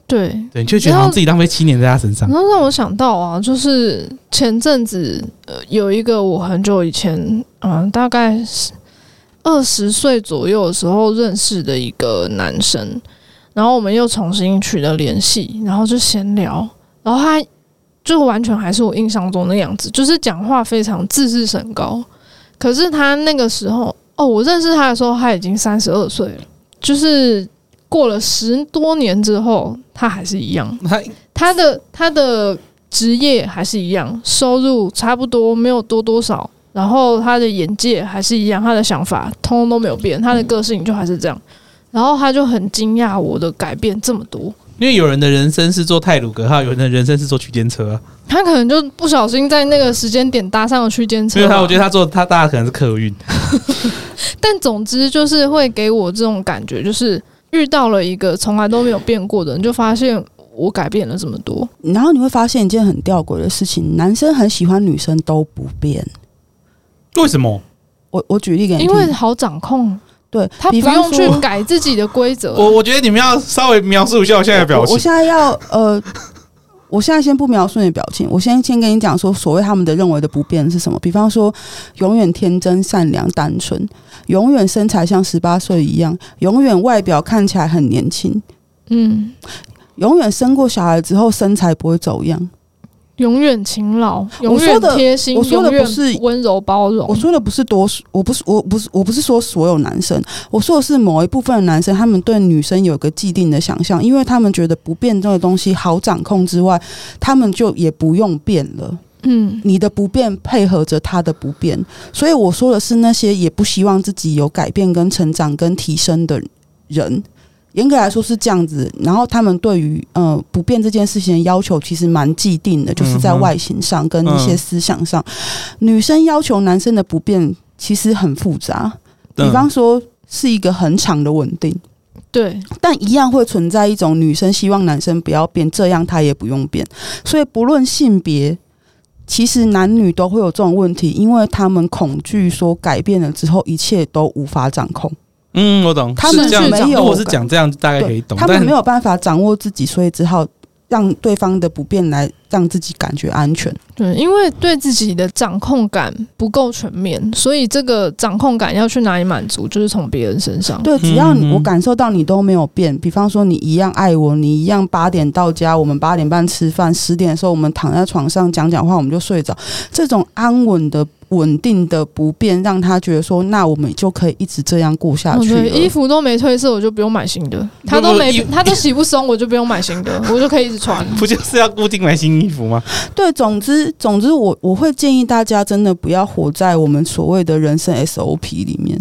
[SPEAKER 1] 对，
[SPEAKER 3] 对，你就觉得好像自己浪费七年在他身上
[SPEAKER 1] 然。后让我想到啊，就是前阵子呃有一个我很久以前，嗯、大概二十岁左右的时候认识的一个男生，然后我们又重新取得联系，然后就闲聊，然后他就完全还是我印象中的样子，就是讲话非常自视甚高。可是他那个时候，哦，我认识他的时候他已经三十二岁了，就是过了十多年之后，他还是一样，
[SPEAKER 3] 他
[SPEAKER 1] 他的他的职业还是一样，收入差不多没有多多少，然后他的眼界还是一样，他的想法通通都没有变，他的个性就还是这样。然后他就很惊讶我的改变这么多，
[SPEAKER 3] 因为有人的人生是坐泰鲁格号，有人的人生是坐区间车、啊，
[SPEAKER 1] 他可能就不小心在那个时间点搭上了区间车
[SPEAKER 3] 所
[SPEAKER 1] 吧。
[SPEAKER 3] 以他我觉得他坐他大家可能是客运，
[SPEAKER 1] 但总之就是会给我这种感觉，就是遇到了一个从来都没有变过的人，就发现我改变了这么多。
[SPEAKER 2] 然后你会发现一件很吊诡的事情：男生很喜欢女生都不变。
[SPEAKER 3] 为什么？
[SPEAKER 2] 我我举
[SPEAKER 3] 嗯
[SPEAKER 2] 例给你
[SPEAKER 1] 因
[SPEAKER 2] 听，
[SPEAKER 1] 为好掌控，
[SPEAKER 2] 对
[SPEAKER 1] 他不
[SPEAKER 2] 比方
[SPEAKER 1] 用去
[SPEAKER 2] 说
[SPEAKER 1] 改自己的规则。
[SPEAKER 3] 我我觉得你们要稍微描述一下我现在的表
[SPEAKER 2] 我我
[SPEAKER 3] 情。
[SPEAKER 2] 现在要呃， 我现在先不描述你的表情，我先先跟你讲说，所谓他们的认为的不变是什么？比方说，永远天真、善良、单纯，永远身材像十八岁一样，永远外表看起来很年轻，
[SPEAKER 1] 嗯，
[SPEAKER 2] 永远生过小孩之后身材不会走样。
[SPEAKER 1] 永远勤劳，永
[SPEAKER 2] 我说
[SPEAKER 1] 远
[SPEAKER 2] 的
[SPEAKER 1] 贴心，
[SPEAKER 2] 我说的
[SPEAKER 1] 永远
[SPEAKER 2] 不是
[SPEAKER 1] 温柔包容。
[SPEAKER 2] 我说的不是多数，我不是，我不是，我不是说所有男生，我说的是某一部分的男生，他们对女生有个既定的想象，因为他们觉得不变这个东西好掌控之外，他们就也不用变了。
[SPEAKER 1] 嗯，
[SPEAKER 2] 你的不变配合着他的不变，所以我说的是那些也不希望自己有改变、跟成长、跟提升的人。严格来说是这样子，然后他们对于呃不变这件事情的要求其实蛮既定的，就是在
[SPEAKER 3] 嗯哼
[SPEAKER 2] 外形上跟一些
[SPEAKER 3] 嗯
[SPEAKER 2] 思想上。女生要求男生的不变其实很复杂，
[SPEAKER 3] 嗯
[SPEAKER 2] 比方说是一个很长的稳定，
[SPEAKER 1] 对，
[SPEAKER 2] 但一样会存在一种女生希望男生不要变，这样她也不用变。所以不论性别，其实男女都会有这种问题，因为他们恐惧说改变了之后一切都无法掌控，
[SPEAKER 3] 嗯，我懂，
[SPEAKER 2] 他
[SPEAKER 3] 是
[SPEAKER 2] 们
[SPEAKER 3] 这样
[SPEAKER 2] 没
[SPEAKER 3] 讲。
[SPEAKER 2] 有
[SPEAKER 3] 如果是讲这样，大概可以
[SPEAKER 2] 对，
[SPEAKER 3] 懂。
[SPEAKER 2] 他
[SPEAKER 3] 但
[SPEAKER 2] 们没有办法掌握自己，所以只好让对方的不变来让自己感觉安全。
[SPEAKER 1] 对，因为对自己的掌控感不够全面，所以这个掌控感要去哪里满足，就是从别人身上。
[SPEAKER 2] 对，只要
[SPEAKER 3] 嗯
[SPEAKER 2] 你
[SPEAKER 3] 嗯
[SPEAKER 2] 我感受到你都没有变，比方说你一样爱我，你一样八点到家，我们八点半吃饭，十点的时候我们躺在床上讲讲话，我们就睡着。这种安稳的、稳定的不变，让他觉得说，那我们就可以一直这样过下
[SPEAKER 1] 哦
[SPEAKER 2] 啊去
[SPEAKER 1] 对，衣
[SPEAKER 2] 了。
[SPEAKER 1] 服都没褪色，我就不用买新的；他都没
[SPEAKER 3] 衣，服
[SPEAKER 1] 他都洗不松，我就不用买新的，我就可以一直穿。
[SPEAKER 3] 不就是要固定买新衣服吗？
[SPEAKER 2] 对，总之，总之我，我会建议大家真的不要活在我们所谓的人生 SOP 里面。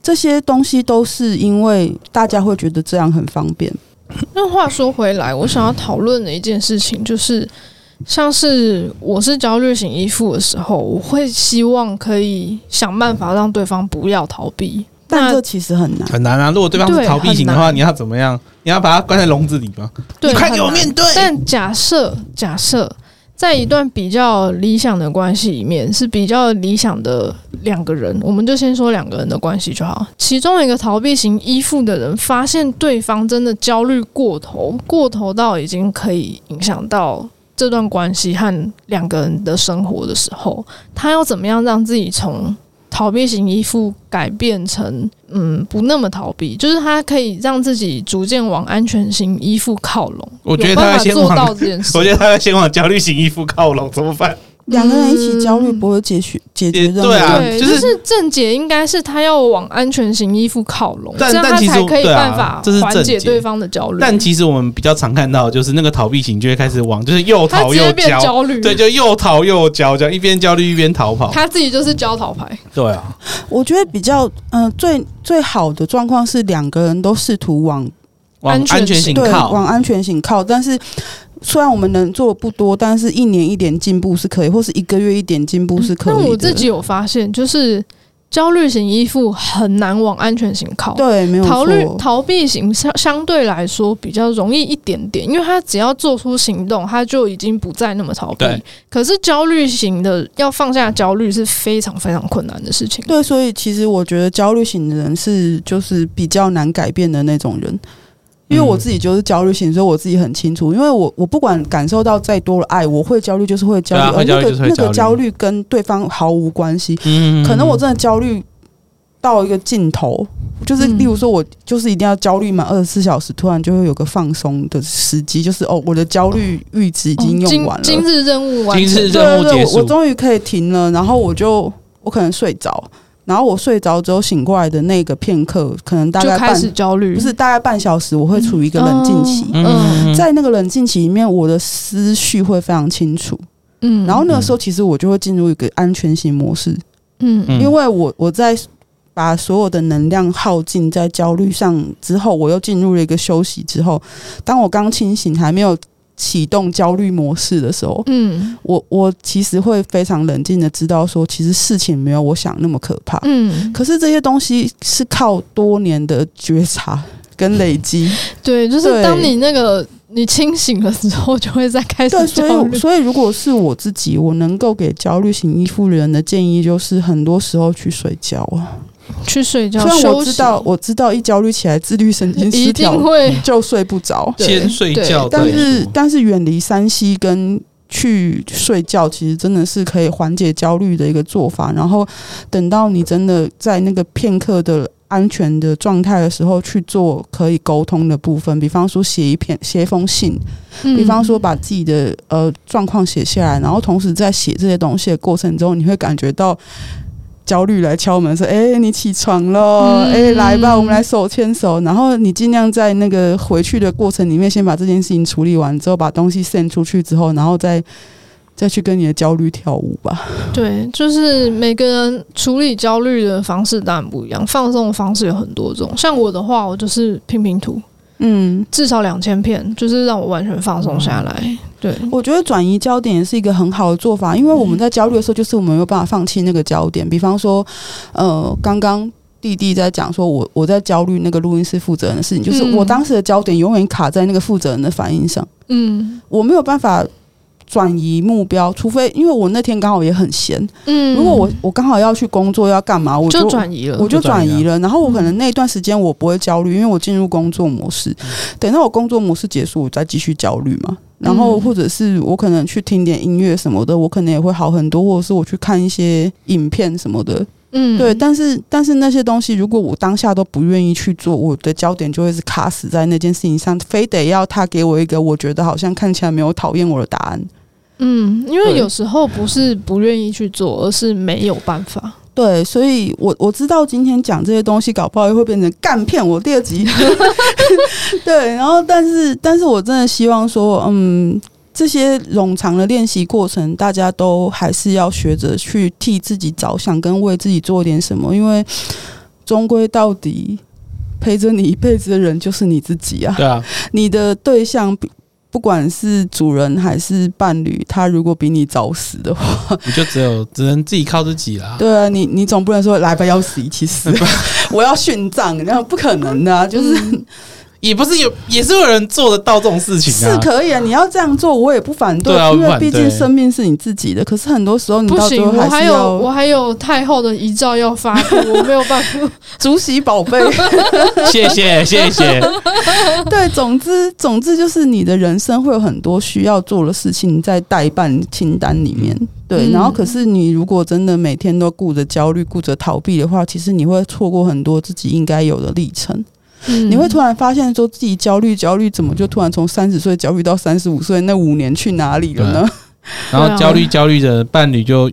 [SPEAKER 2] 这些东西都是因为大家会觉得这样很方便，
[SPEAKER 1] 那话说回来，我想要讨论的一件事情就是，像是我是焦虑型依附的时候，我会希望可以想办法让对方不要逃避。
[SPEAKER 2] 但
[SPEAKER 1] 那
[SPEAKER 2] 这其实很难。
[SPEAKER 3] 很难啊！如果对方是
[SPEAKER 1] 对
[SPEAKER 3] 逃避型的话，
[SPEAKER 1] 很难
[SPEAKER 3] 你要怎么样？你要把他关在笼子里吗？
[SPEAKER 1] 对
[SPEAKER 3] 你快
[SPEAKER 1] 很
[SPEAKER 3] 给我
[SPEAKER 1] 难
[SPEAKER 3] 面对！
[SPEAKER 1] 但假设假设在一段比较理想的关系里面，是比较理想的两个人，我们就先说两个人的关系就好。其中一个逃避型依附的人，发现对方真的焦虑过头，过头到已经可以影响到。这段关系和两个人的生活的时候，他要怎么样让自己从逃避型依附改变成嗯不那么逃避，就是他可以让自己逐渐往安全型依附靠拢。
[SPEAKER 3] 我觉得
[SPEAKER 1] 有
[SPEAKER 3] 他
[SPEAKER 1] 办
[SPEAKER 3] 要
[SPEAKER 1] 法
[SPEAKER 3] 先
[SPEAKER 1] 做
[SPEAKER 3] 往
[SPEAKER 1] 到这 件事，
[SPEAKER 3] 我觉得他要先往焦虑型衣服靠拢，怎么办？
[SPEAKER 2] 两个人一起焦虑不会解决解决任何
[SPEAKER 3] 对啊
[SPEAKER 2] 问题
[SPEAKER 1] 嗯对，
[SPEAKER 3] 就
[SPEAKER 1] 就是是正解应该是他要往安全型依附靠拢，
[SPEAKER 3] 但
[SPEAKER 1] 这样他
[SPEAKER 3] 但其实
[SPEAKER 1] 才可以
[SPEAKER 3] 对啊
[SPEAKER 1] 办法
[SPEAKER 3] 这是
[SPEAKER 1] 缓
[SPEAKER 3] 正
[SPEAKER 1] 解
[SPEAKER 3] 解
[SPEAKER 1] 对方的焦虑。
[SPEAKER 3] 但其实我们比较常看到，就是那个逃避型就会开始往，就是又
[SPEAKER 1] 他
[SPEAKER 3] 逃
[SPEAKER 1] 直接
[SPEAKER 3] 又
[SPEAKER 1] 变
[SPEAKER 3] 焦，
[SPEAKER 1] 焦虑，
[SPEAKER 3] 对，就又逃又焦，这样一边焦虑一边逃跑。
[SPEAKER 1] 他自己就是焦逃牌。
[SPEAKER 3] 对啊，
[SPEAKER 2] 我觉得比较，嗯、最最好的状况是两个人都试图往
[SPEAKER 3] 往
[SPEAKER 1] 安全
[SPEAKER 3] 安全型
[SPEAKER 2] 对
[SPEAKER 3] 靠。
[SPEAKER 2] 往安全型靠，但是虽然我们能做的不多，但是一年一点进步是可以，或是一个月一点进步是可以
[SPEAKER 1] 但
[SPEAKER 2] 的。
[SPEAKER 1] 嗯我自己有发现，就是焦虑型依附很难往安全型靠。
[SPEAKER 2] 对啊没有
[SPEAKER 1] 逃避
[SPEAKER 2] 错，
[SPEAKER 1] 逃避型相相对来说比较容易一点点，因为他只要做出行动，他就已经不再那么逃避
[SPEAKER 3] 对。
[SPEAKER 1] 可是焦虑型的要放下焦虑是非常非常困难的事情。
[SPEAKER 2] 对，所以其实我觉得焦虑型的人是就是比较难改变的那种人。因为我自己就是焦虑型，所以我自己很清楚。因为我我不管感受到再多的爱，我会焦虑就是会焦虑，
[SPEAKER 3] 对啊
[SPEAKER 2] 而
[SPEAKER 3] 会焦虑就
[SPEAKER 2] 那个
[SPEAKER 3] 是会
[SPEAKER 2] 那
[SPEAKER 3] 焦
[SPEAKER 2] 个
[SPEAKER 3] 虑
[SPEAKER 2] 焦虑跟对方毫无关系。
[SPEAKER 3] 嗯
[SPEAKER 2] 可能我真的焦虑到一个尽头，就是
[SPEAKER 1] 嗯
[SPEAKER 2] 例如说，我就是一定要焦虑满二十四小时，突然就会有个放松的时机，就是哦，我的焦虑阈值已经用完了，
[SPEAKER 1] 哦今今日任务完
[SPEAKER 3] 今
[SPEAKER 1] 成。
[SPEAKER 3] 日
[SPEAKER 2] 对
[SPEAKER 3] 任务
[SPEAKER 2] 对
[SPEAKER 3] 结
[SPEAKER 2] 对，我我
[SPEAKER 3] 束，
[SPEAKER 2] 终于可以停了，然后我就我可能睡着，然后我睡着之后醒过来的那个片刻，可能大
[SPEAKER 1] 就
[SPEAKER 2] 概
[SPEAKER 1] 开
[SPEAKER 2] 半
[SPEAKER 1] 始焦虑，
[SPEAKER 2] 不是大概半小时，我会处于一个冷静期。
[SPEAKER 1] 嗯嗯
[SPEAKER 2] 在那个冷静期里面，我的思绪会非常清楚，
[SPEAKER 1] 嗯，
[SPEAKER 2] 然后那个时候其实我就会进入一个安全型模式，
[SPEAKER 1] 嗯嗯
[SPEAKER 3] 嗯
[SPEAKER 2] 因为我我在把所有的能量耗尽在焦虑上之后，我又进入了一个休息之后，当我刚清醒还没有启动焦虑模式的时候，
[SPEAKER 1] 嗯
[SPEAKER 2] 我我其实会非常冷静的知道说，其实事情没有我想那么可怕。
[SPEAKER 1] 嗯，
[SPEAKER 2] 可是这些东西是靠多年的觉察跟累 积，
[SPEAKER 1] 对，就是
[SPEAKER 2] 对
[SPEAKER 1] 当你那个你清醒了之后，就会再开
[SPEAKER 2] 对，
[SPEAKER 1] 始
[SPEAKER 2] 所
[SPEAKER 1] 焦虑
[SPEAKER 2] 以，所以如果是我自己，我能够给焦虑型依附人的建议就是，很多时候去睡觉啊。
[SPEAKER 1] 去睡觉
[SPEAKER 2] 虽然
[SPEAKER 1] 休
[SPEAKER 2] 我
[SPEAKER 1] 息，
[SPEAKER 2] 知道，我知道一焦虑起来，自律神经
[SPEAKER 1] 一
[SPEAKER 2] 失
[SPEAKER 1] 定
[SPEAKER 2] 调
[SPEAKER 1] 会
[SPEAKER 2] 就睡不着，
[SPEAKER 1] 对
[SPEAKER 3] 先睡觉再
[SPEAKER 2] 但
[SPEAKER 3] 说，
[SPEAKER 2] 是但是远离山西跟去睡觉，其实真的是可以缓解焦虑的一个做法。然后等到你真的在那个片刻的安全的状态的时候，去做可以沟通的部分，比方说写一篇写一封信，嗯比
[SPEAKER 1] 嗯
[SPEAKER 2] 方说把自己的呃状况写下来，然后同时在写这些东西的过程中，你会感觉到。焦虑来敲门说：“哎、你起床了，
[SPEAKER 1] 嗯
[SPEAKER 2] 哎、来吧，我们来手牵手。”然后你尽量在那个回去的过程里面，先把这件事情处理完之后，把东西 send 出去之后，然后再再去跟你的焦虑跳舞吧。
[SPEAKER 1] 嗯对，就是每个人处理焦虑的方式当然不一样，放松的方式有很多种。像我的话，我就是拼拼图，
[SPEAKER 2] 嗯，
[SPEAKER 1] 至少两千片，就是让我完全放松下
[SPEAKER 2] 哦
[SPEAKER 1] 来。对，
[SPEAKER 2] 我觉得转移焦点也是一个很好的做法，因为我们在焦虑的时候，就是我们没有办法放弃那个焦点。比方说，呃，刚刚弟弟在讲说我我在焦虑那个录音室负责人的事情，就是
[SPEAKER 1] 嗯
[SPEAKER 2] 我当时的焦点永远卡在那个负责人的反应上，
[SPEAKER 1] 嗯
[SPEAKER 2] 我没有办法。转移目标，除非因为我那天刚好也很闲，
[SPEAKER 1] 嗯，
[SPEAKER 2] 如果我我刚好要去工作要干嘛，我
[SPEAKER 1] 就转移了，
[SPEAKER 2] 呃我就转
[SPEAKER 3] 就转
[SPEAKER 2] 移啊嗯
[SPEAKER 3] 移
[SPEAKER 2] 了，然后我可能那一段时间我不会焦虑，因为我进入工作模式。等到我工作模式结束，我再继续焦虑嘛。然后
[SPEAKER 1] 嗯
[SPEAKER 2] 或者是我可能去听点音乐什么的，我可能也会好很多，或者是我去看一些影片什么的。
[SPEAKER 1] 嗯
[SPEAKER 2] 对，但是但是那些东西，如果我当下都不愿意去做，我的焦点就会是卡死在那件事情上，非得要他给我一个我觉得好像看起来没有讨厌我的答案。
[SPEAKER 1] 嗯，因为
[SPEAKER 2] 对
[SPEAKER 1] 有时候不是不愿意去做，而是没有办法。
[SPEAKER 2] 对，所以我我知道今天讲这些东西，搞不好又会变成干骗我第二集。 对，然后但是但是我真的希望说，嗯，这些冗长的练习过程，大家都还是要学着去替自己着想，跟为自己做点什么，因为终归到底陪着你一辈子的人就是你自己啊。
[SPEAKER 3] 对啊，
[SPEAKER 2] 你的对象比不管是主人还是伴侣，他如果比你早死的话，
[SPEAKER 3] 你就只有只能自己靠自己啦。
[SPEAKER 2] 对啊，你你总不能说来吧，要死一起 死，我要殉葬，那不可能的、啊，就是、
[SPEAKER 1] 嗯
[SPEAKER 3] 也不是有，也是有人做得到这种事情
[SPEAKER 2] 是
[SPEAKER 3] 啊。
[SPEAKER 2] 可以啊，你要这样做，我也不反对，
[SPEAKER 3] 对啊我
[SPEAKER 2] 因
[SPEAKER 3] 不
[SPEAKER 2] 为
[SPEAKER 3] 反对
[SPEAKER 2] 毕竟生命是你自己的。可是很多时候，你
[SPEAKER 1] 不
[SPEAKER 2] 到最
[SPEAKER 1] 行，
[SPEAKER 2] 后
[SPEAKER 1] 我还
[SPEAKER 2] 是
[SPEAKER 1] 有我
[SPEAKER 2] 要
[SPEAKER 1] 还有太后的遗照要发 布，我没有办法。
[SPEAKER 2] 主喜宝 贝。
[SPEAKER 3] 谢谢谢 谢，
[SPEAKER 2] 啊对，总之总之就是你的人生会有很多需要做的事情在代办清单里面。对，
[SPEAKER 1] 嗯
[SPEAKER 2] 然后可是你如果真的每天都顾着焦虑、顾着逃避的话，其实你会错过很多自己应该有的历程。
[SPEAKER 1] 嗯
[SPEAKER 2] 你会突然发现说自己焦虑，焦虑怎么就突然从三十岁焦虑到三十五岁？那五年去哪里了
[SPEAKER 3] 啊
[SPEAKER 2] 呢？
[SPEAKER 3] 然后焦虑焦虑的伴侣就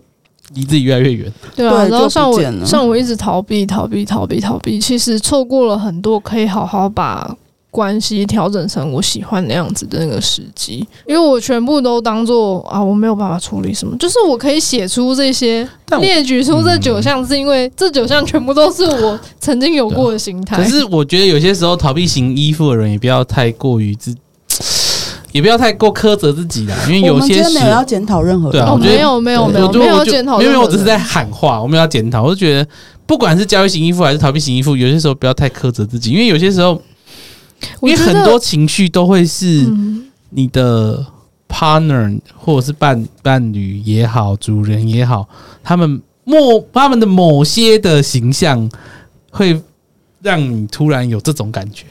[SPEAKER 3] 离自己越来越远。
[SPEAKER 1] 对啊，
[SPEAKER 2] 对
[SPEAKER 1] 然
[SPEAKER 2] 就
[SPEAKER 1] 后
[SPEAKER 2] 不
[SPEAKER 1] 像我
[SPEAKER 2] 见了
[SPEAKER 1] 像我一直逃避逃避逃避逃避，其实错过了很多可以好好把关系调整成我喜欢的样子的那个时机，因为我全部都当做啊我没有办法处理什么，就是我可以写出这些
[SPEAKER 3] 但我
[SPEAKER 1] 列举出这九项，是因为这九项全部都是我曾经有过的心态。
[SPEAKER 3] 可是我觉得有些时候逃避型依附的人也不要太过于自，也不要太过苛责自己啦，因为
[SPEAKER 2] 我
[SPEAKER 3] 有
[SPEAKER 2] 们今
[SPEAKER 3] 些
[SPEAKER 2] 天
[SPEAKER 3] 时
[SPEAKER 2] 没有要检讨任何
[SPEAKER 3] 对
[SPEAKER 2] 人，
[SPEAKER 3] 啊
[SPEAKER 1] 哦，
[SPEAKER 3] 我觉得
[SPEAKER 1] 没有没有
[SPEAKER 2] 对
[SPEAKER 1] 没有
[SPEAKER 3] 我就
[SPEAKER 1] 没有
[SPEAKER 3] 我
[SPEAKER 1] 要
[SPEAKER 3] 就
[SPEAKER 1] 检讨
[SPEAKER 3] 没
[SPEAKER 1] 任
[SPEAKER 3] 有，
[SPEAKER 1] 何人，
[SPEAKER 3] 没有，我只是在喊话，我没有要检讨，我就觉得不管是焦虑型依附还是逃避型依附，有些时候不要太苛责自己，因为有些时候，因
[SPEAKER 1] 我
[SPEAKER 3] 为
[SPEAKER 1] 觉得
[SPEAKER 3] 很多情绪都会是
[SPEAKER 1] 嗯
[SPEAKER 3] 你的 partner 或者是伴伴侣也好，主人也好，他们某他们的某些的形象会让你突然有这种感觉，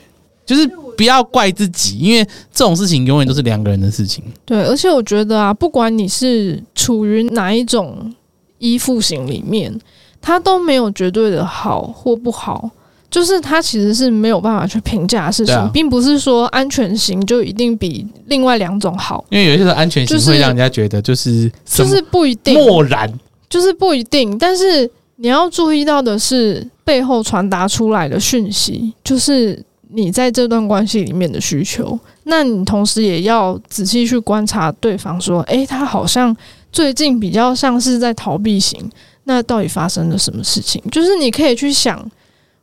[SPEAKER 3] 就是不要怪自己，因为这种事情永远都是两个人的事情。
[SPEAKER 1] 对，而且我觉得啊，不管你是处于哪一种依附型里面，它都没有绝对的好或不好，就是它其实是没有办法去评价的事情，
[SPEAKER 3] 对啊
[SPEAKER 1] 并不是说安全型就一定比另外两种好，
[SPEAKER 3] 因为有一些时候安全型
[SPEAKER 1] 就是
[SPEAKER 3] 会让人家觉得就是什
[SPEAKER 1] 就
[SPEAKER 3] 么
[SPEAKER 1] 是不一定，
[SPEAKER 3] 漠然，
[SPEAKER 1] 就是不一定，但是。你要注意到的是背后传达出来的讯息，就是你在这段关系里面的需求。那你同时也要仔细去观察对方，说：“诶、他好像最近比较像是在逃避型，那到底发生了什么事情？”就是你可以去想，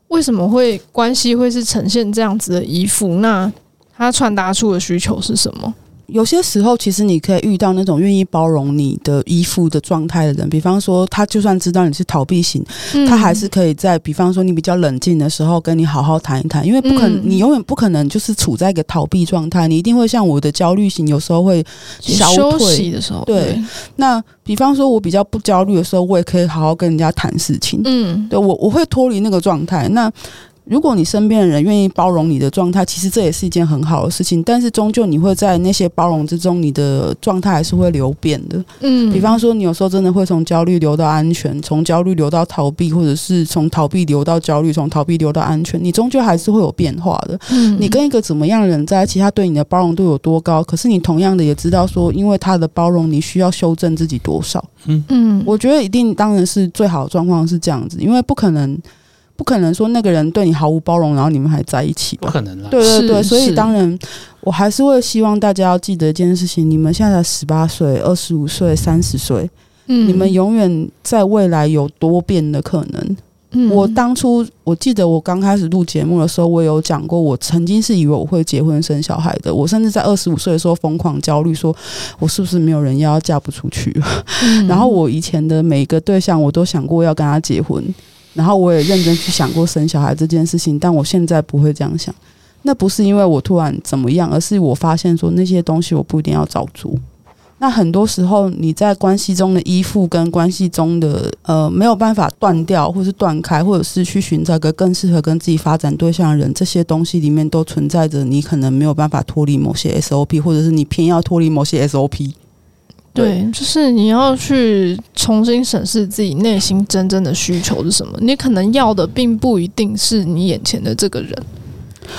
[SPEAKER 1] 为什么会关系会是呈现这样子的依附？那他传达出的需求是什么？
[SPEAKER 2] 有些时候，其实你可以遇到那种愿意包容你的依附的状态的人，比方说，他就算知道你是逃避型，
[SPEAKER 1] 嗯
[SPEAKER 2] 他还是可以在，比方说你比较冷静的时候，跟你好好谈一谈，因为不可能，
[SPEAKER 1] 嗯
[SPEAKER 2] 你永远不可能就是处在一个逃避状态，你一定会像我的焦虑型，有时候会消
[SPEAKER 1] 休
[SPEAKER 2] 退
[SPEAKER 1] 息的时候，
[SPEAKER 2] 对，那比方说，我比较不焦虑的时候，我也可以好好跟人家谈事情，
[SPEAKER 1] 嗯，
[SPEAKER 2] 对我我会脱离那个状态。那如果你身边的人愿意包容你的状态，其实这也是一件很好的事情。但是终究你会在那些包容之中，你的状态还是会流变的。
[SPEAKER 1] 嗯，
[SPEAKER 2] 比方说，你有时候真的会从焦虑流到安全，从焦虑流到逃避，或者是从逃避流到焦虑，从逃避流到安全，你终究还是会有变化的。
[SPEAKER 1] 嗯，
[SPEAKER 2] 你跟一个怎么样的人在一起，他对你的包容度有多高？可是你同样的也知道说，因为他的包容，你需要修正自己多少。
[SPEAKER 1] 嗯，
[SPEAKER 2] 我觉得一定当然是最好的状况是这样子，因为不可能，不可能说那个人对你毫无包容，然后你们还在一起
[SPEAKER 3] 不
[SPEAKER 2] 吧？
[SPEAKER 3] 可能啦。
[SPEAKER 2] 对对对，
[SPEAKER 1] 是
[SPEAKER 2] 所以
[SPEAKER 1] 是
[SPEAKER 2] 当然，我还是会希望大家要记得一件事情：你们现在才十八岁、二十五岁、三十岁，
[SPEAKER 1] 嗯
[SPEAKER 2] 你们永远在未来有多变的可能。
[SPEAKER 1] 嗯
[SPEAKER 2] 我当初我记得我刚开始录节目的时候，我有讲过，我曾经是以为我会结婚生小孩的。我甚至在二十五岁的时候疯狂焦虑，说我是不是没有人要嫁不出去？
[SPEAKER 1] 嗯
[SPEAKER 2] 然后我以前的每一个对象，我都想过要跟他结婚，然后我也认真去想过生小孩这件事情，但我现在不会这样想。那不是因为我突然怎么样，而是我发现说那些东西我不一定要照做。那很多时候你在关系中的依附跟关系中的呃没有办法断掉，或是断开，或者是去寻找一个更适合跟自己发展对象的人，这些东西里面都存在着你可能没有办法脱离某些 SOP，或者是你偏要脱离某些 SOP。
[SPEAKER 1] 对，就是你要去重新审视自己内心真正的需求是什么。你可能要的并不一定是你眼前的这个人，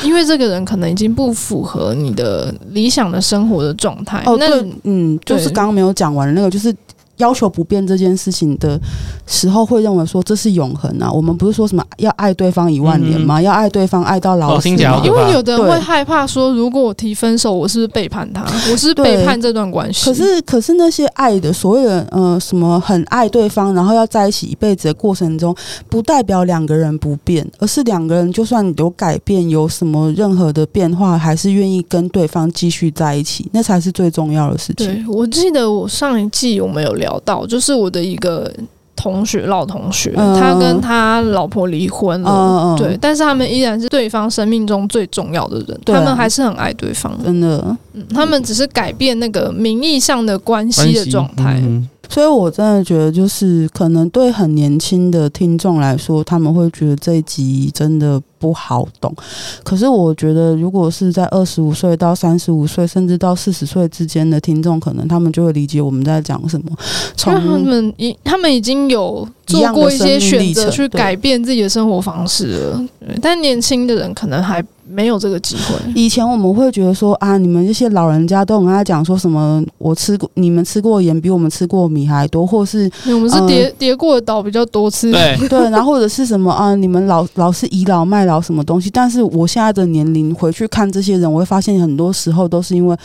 [SPEAKER 1] 因为这个人可能已经不符合你的理想的生活的状态。
[SPEAKER 2] 哦，
[SPEAKER 1] 那
[SPEAKER 2] 对，嗯，就是
[SPEAKER 1] 对
[SPEAKER 2] 刚刚没有讲完的那个，就是要求不变这件事情的时候，会认为说这是永恒啊。我们不是说什么要爱对方一万年
[SPEAKER 1] 嗯
[SPEAKER 2] 吗？要爱对方爱到老
[SPEAKER 3] 哦
[SPEAKER 2] 死
[SPEAKER 3] 听起来
[SPEAKER 2] 吗
[SPEAKER 3] 好可
[SPEAKER 1] 因
[SPEAKER 3] 怕
[SPEAKER 1] 为有的人
[SPEAKER 2] 对
[SPEAKER 1] 会害怕说，如果我提分手，我是不是背叛他？我是不是
[SPEAKER 2] 对
[SPEAKER 1] 背叛这段关系？
[SPEAKER 2] 可，是，可是那些爱的所谓的呃什么很爱对方，然后要在一起一辈子的过程中，不代表两个人不变，而是两个人就算有改变，有什么任何的变化，还是愿意跟对方继续在一起，那才是最重要的事情。
[SPEAKER 1] 对我记得我上一季我们有聊到，就是我的一个同学，老同学，
[SPEAKER 2] 嗯
[SPEAKER 1] 他跟他老婆离婚了。
[SPEAKER 2] 嗯嗯，
[SPEAKER 1] 对，，但是他们依然是对方生命中最重要的人，
[SPEAKER 2] 对啊
[SPEAKER 1] 他们还是很爱对方的，
[SPEAKER 2] 真的。
[SPEAKER 1] 嗯他们只是改变那个名义上的关
[SPEAKER 3] 关
[SPEAKER 1] 系
[SPEAKER 3] 系
[SPEAKER 1] 的状态。
[SPEAKER 3] 嗯
[SPEAKER 2] 所以，我真的觉得，就是可能对很年轻的听众来说，他们会觉得这一集真的不好懂。可是，我觉得如果是在二十五岁到三十五岁，甚至到四十岁之间的听众，可能他们就会理解我们在讲什么。
[SPEAKER 1] 因
[SPEAKER 2] 从
[SPEAKER 1] 为他们已他们已经有
[SPEAKER 2] 一
[SPEAKER 1] 做
[SPEAKER 2] 样的
[SPEAKER 1] 过一些
[SPEAKER 2] 生命历
[SPEAKER 1] 选择
[SPEAKER 2] 程
[SPEAKER 1] 去
[SPEAKER 2] 对
[SPEAKER 1] 改变自己的生活方式了，对但年轻的人可能还没有这个机 会。
[SPEAKER 2] 以前我们会觉得说啊，你们这些老人家都很爱讲说什么，我吃过你们吃过盐比我们吃过米还多，或是
[SPEAKER 1] 因为我们是跌、跌过的倒比较多次，
[SPEAKER 3] 嗯 对，
[SPEAKER 2] 对，然后或者是什么啊？你们老老是倚老卖老什么东西？但是我现在的年龄回去看这些人，我会发现很多时候都是因为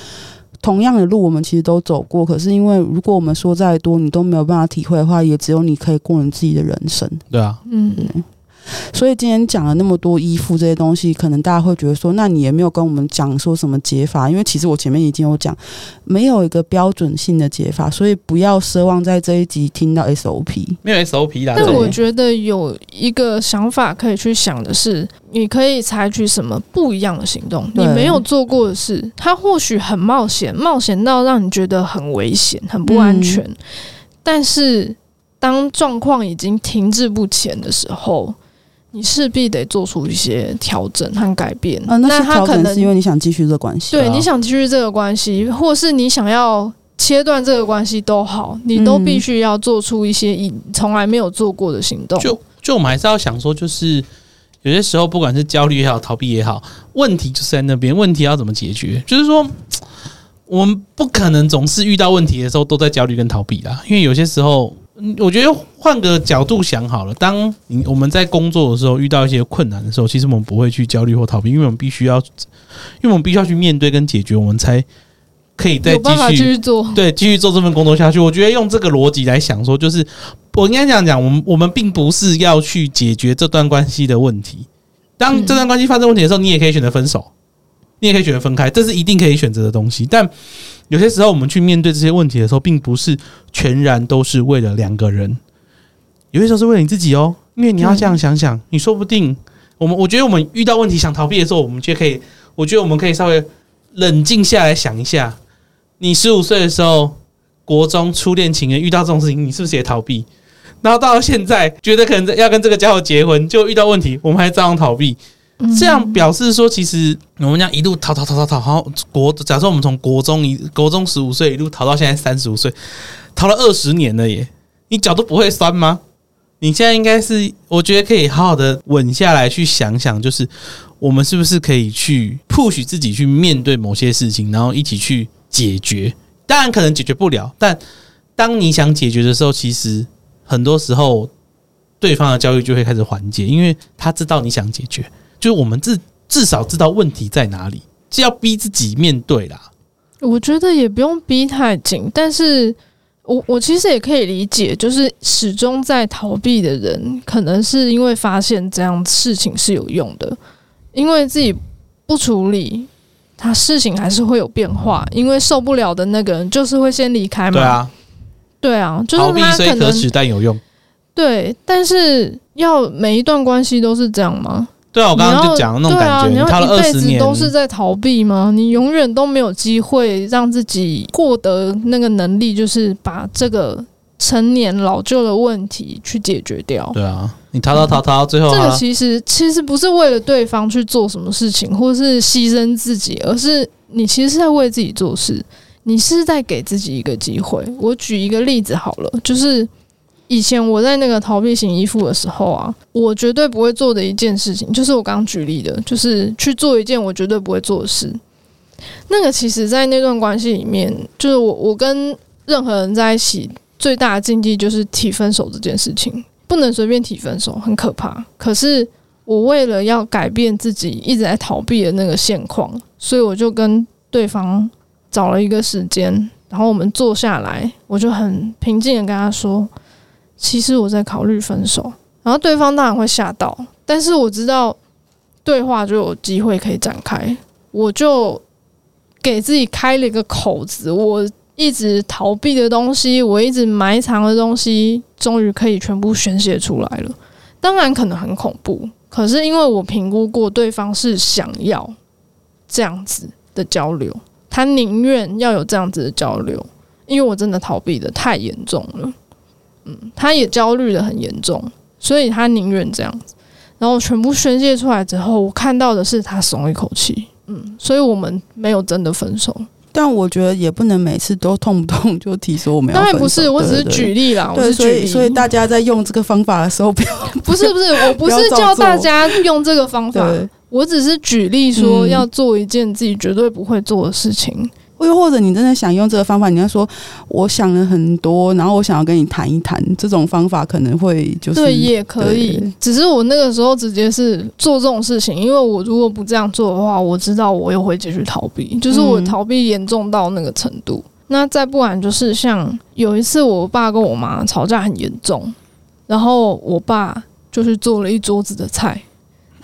[SPEAKER 2] 同样的路我们其实都走过，可是因为如果我们说再多，你都没有办法体会的话，也只有你可以过你自己的人生。
[SPEAKER 3] 对啊，
[SPEAKER 1] 嗯，
[SPEAKER 2] 所以今天讲了那么多依附这些东西，可能大家会觉得说，那你也没有跟我们讲说什么解法，因为其实我前面已经有讲，没有一个标准性的解法，所以不要奢望在这一集听到 SOP。
[SPEAKER 3] 没有 SOP 啦。
[SPEAKER 1] 但
[SPEAKER 3] 对
[SPEAKER 1] 我觉得有一个想法可以去想的是，你可以采取什么不一样的行动，
[SPEAKER 2] 对
[SPEAKER 1] 你没有做过的事，它或许很冒险，冒险到让你觉得很危险、很不安全，
[SPEAKER 2] 嗯
[SPEAKER 1] 但是当状况已经停滞不前的时候。你势必得做出一些调整和改变，
[SPEAKER 2] 啊，那些
[SPEAKER 1] 他
[SPEAKER 2] 调
[SPEAKER 1] 可
[SPEAKER 2] 整
[SPEAKER 1] 能
[SPEAKER 2] 是因为你想继续这关系。
[SPEAKER 1] 对
[SPEAKER 3] 啊
[SPEAKER 1] 你想继续这个关系，或是你想要切断这个关系都好，你都
[SPEAKER 2] 嗯
[SPEAKER 1] 必须要做出一些以从来没有做过的行动。
[SPEAKER 3] 就就我们还是要想说，就是有些时候不管是焦虑也好，逃避也好，问题就是在那边，问题要怎么解决？就是说，我们不可能总是遇到问题的时候都在焦虑跟逃避啦，因为有些时候嗯我觉得换个角度想好了，当你我们在工作的时候遇到一些困难的时候，其实我们不会去焦虑或逃避，因为我们必须要，因为我们必须要去面对跟解决，我们才可以再
[SPEAKER 1] 有办法
[SPEAKER 3] 继
[SPEAKER 1] 继
[SPEAKER 3] 续
[SPEAKER 1] 续做。
[SPEAKER 3] 对，继续做这份工作下去。我觉得用这个逻辑来想说，就是我应该这样讲，我们我们并不是要去解决这段关系的问题。当
[SPEAKER 1] 嗯
[SPEAKER 3] 这段关系发生问题的时候，你也可以选择分手，你也可以选择分开，这是一定可以选择的东西。但有些时候，我们去面对这些问题的时候，并不是全然都是为了两个人，有些时候是为了你自己哦。因为你要这样想想，你说不定我们，我觉得我们遇到问题想逃避的时候，我们就可以，我觉得我们可以稍微冷静下来想一下，你十五岁的时候，国中初恋情人遇到这种事情，你是不是也逃避？然后到了现在，觉得可能要跟这个家伙结婚，就遇到问题，我们还照样逃避。
[SPEAKER 1] 嗯
[SPEAKER 3] 这样表示说，其实我们这样一路逃逃逃逃逃，好像国假设我们从国中一国中十五岁一路逃到现在三十五岁，逃了二十年了耶！你脚都不会酸吗？你现在应该是，我觉得可以好好的稳下来去想想，就是我们是不是可以去 push 自己去面对某些事情，然后一起去解决。当然可能解决不了，但当你想解决的时候，其实很多时候对方的焦虑就会开始缓解，因为他知道你想解决。就是我们至至少知道问题在哪里，是要逼自己面对啦。
[SPEAKER 1] 我觉得也不用逼太紧，但是我我其实也可以理解，就是始终在逃避的人，可能是因为发现这样事情是有用的，因为自己不处理，他事情还是会有变化，因为受不了的那个人就是会先离开嘛，
[SPEAKER 3] 对，啊，
[SPEAKER 1] 对啊，哎就
[SPEAKER 3] 逃
[SPEAKER 1] 是
[SPEAKER 3] 避
[SPEAKER 1] 他可
[SPEAKER 3] 虽可耻
[SPEAKER 1] 能
[SPEAKER 3] 但有用。
[SPEAKER 1] 对，但是要每一段关系都是这样吗？
[SPEAKER 3] 对啊，我
[SPEAKER 1] 你
[SPEAKER 3] 刚刚就
[SPEAKER 1] 要
[SPEAKER 3] 讲了那种
[SPEAKER 1] 对
[SPEAKER 3] 感觉，你
[SPEAKER 1] 啊、
[SPEAKER 3] 逃
[SPEAKER 1] 你
[SPEAKER 3] 了二
[SPEAKER 1] 要一辈
[SPEAKER 3] 十
[SPEAKER 1] 子
[SPEAKER 3] 年，
[SPEAKER 1] 都是在逃避吗？你永远都没有机会让自己获得那个能力，就是把这个成年老旧的问题去解决掉。
[SPEAKER 3] 对啊，你逃逃逃逃，最后
[SPEAKER 1] 嗯这
[SPEAKER 3] 啊
[SPEAKER 1] 个其实其实不是为了对方去做什么事情，或是牺牲自己，而是你其实是在为自己做事，你是在给自己一个机会。我举一个例子好了，就是以前我在那个逃避型依附的时候啊，我绝对不会做的一件事情，就是我刚刚举例的，就是去做一件我绝对不会做的事。那个其实，在那段关系里面，就是我我跟任何人在一起，最大的禁忌就是提分手这件事情。不能随便提分手，很可怕。可是我为了要改变自己一直在逃避的那个现况，所以我就跟对方找了一个时间，然后我们坐下来，我就很平静的跟他说：“其实我在考虑分手。”然后对方当然会吓到，但是我知道对话就有机会可以展开，我就给自己开了一个口子，我一直逃避的东西，我一直埋藏的东西，终于可以全部宣泄出来了。当然可能很恐怖，可是因为我评估过对方是想要这样子的交流，他宁愿要有这样子的交流，因为我真的逃避的太严重了。嗯，他也焦虑的很严重，所以他宁愿这样子。然后全部宣泄出来之后，我看到的是他松一口气。嗯，所以我们没有真的分手。
[SPEAKER 2] 但我觉得也不能每次都动不动就提说我们要
[SPEAKER 1] 当
[SPEAKER 2] 分手。
[SPEAKER 1] 然不是，我只是
[SPEAKER 2] 对
[SPEAKER 1] 举。例啦，我
[SPEAKER 2] 对对，
[SPEAKER 1] 是
[SPEAKER 2] 所
[SPEAKER 1] 举例。
[SPEAKER 2] 以所以大家在用这个方法的时候，不要
[SPEAKER 1] 不是不是，我不
[SPEAKER 2] 不要
[SPEAKER 1] 是
[SPEAKER 2] 照
[SPEAKER 1] 叫大
[SPEAKER 2] 做
[SPEAKER 1] 家用这个方法，
[SPEAKER 2] 对，
[SPEAKER 1] 我只是举例说
[SPEAKER 2] 嗯
[SPEAKER 1] 要做一件自己绝对不会做的事情。
[SPEAKER 2] 又或者你真的想用这个方法，你要说我想了很多，然后我想要跟你谈一谈，这种方法可能会就是
[SPEAKER 1] 对，也可以
[SPEAKER 2] 对。
[SPEAKER 1] 只是我那个时候直接是做这种事情，因为我如果不这样做的话，我知道我又会继续逃避，就是我
[SPEAKER 2] 嗯
[SPEAKER 1] 逃避严重到那个程度。那再不然就是像有一次我爸跟我妈吵架很严重，然后我爸就是做了一桌子的菜。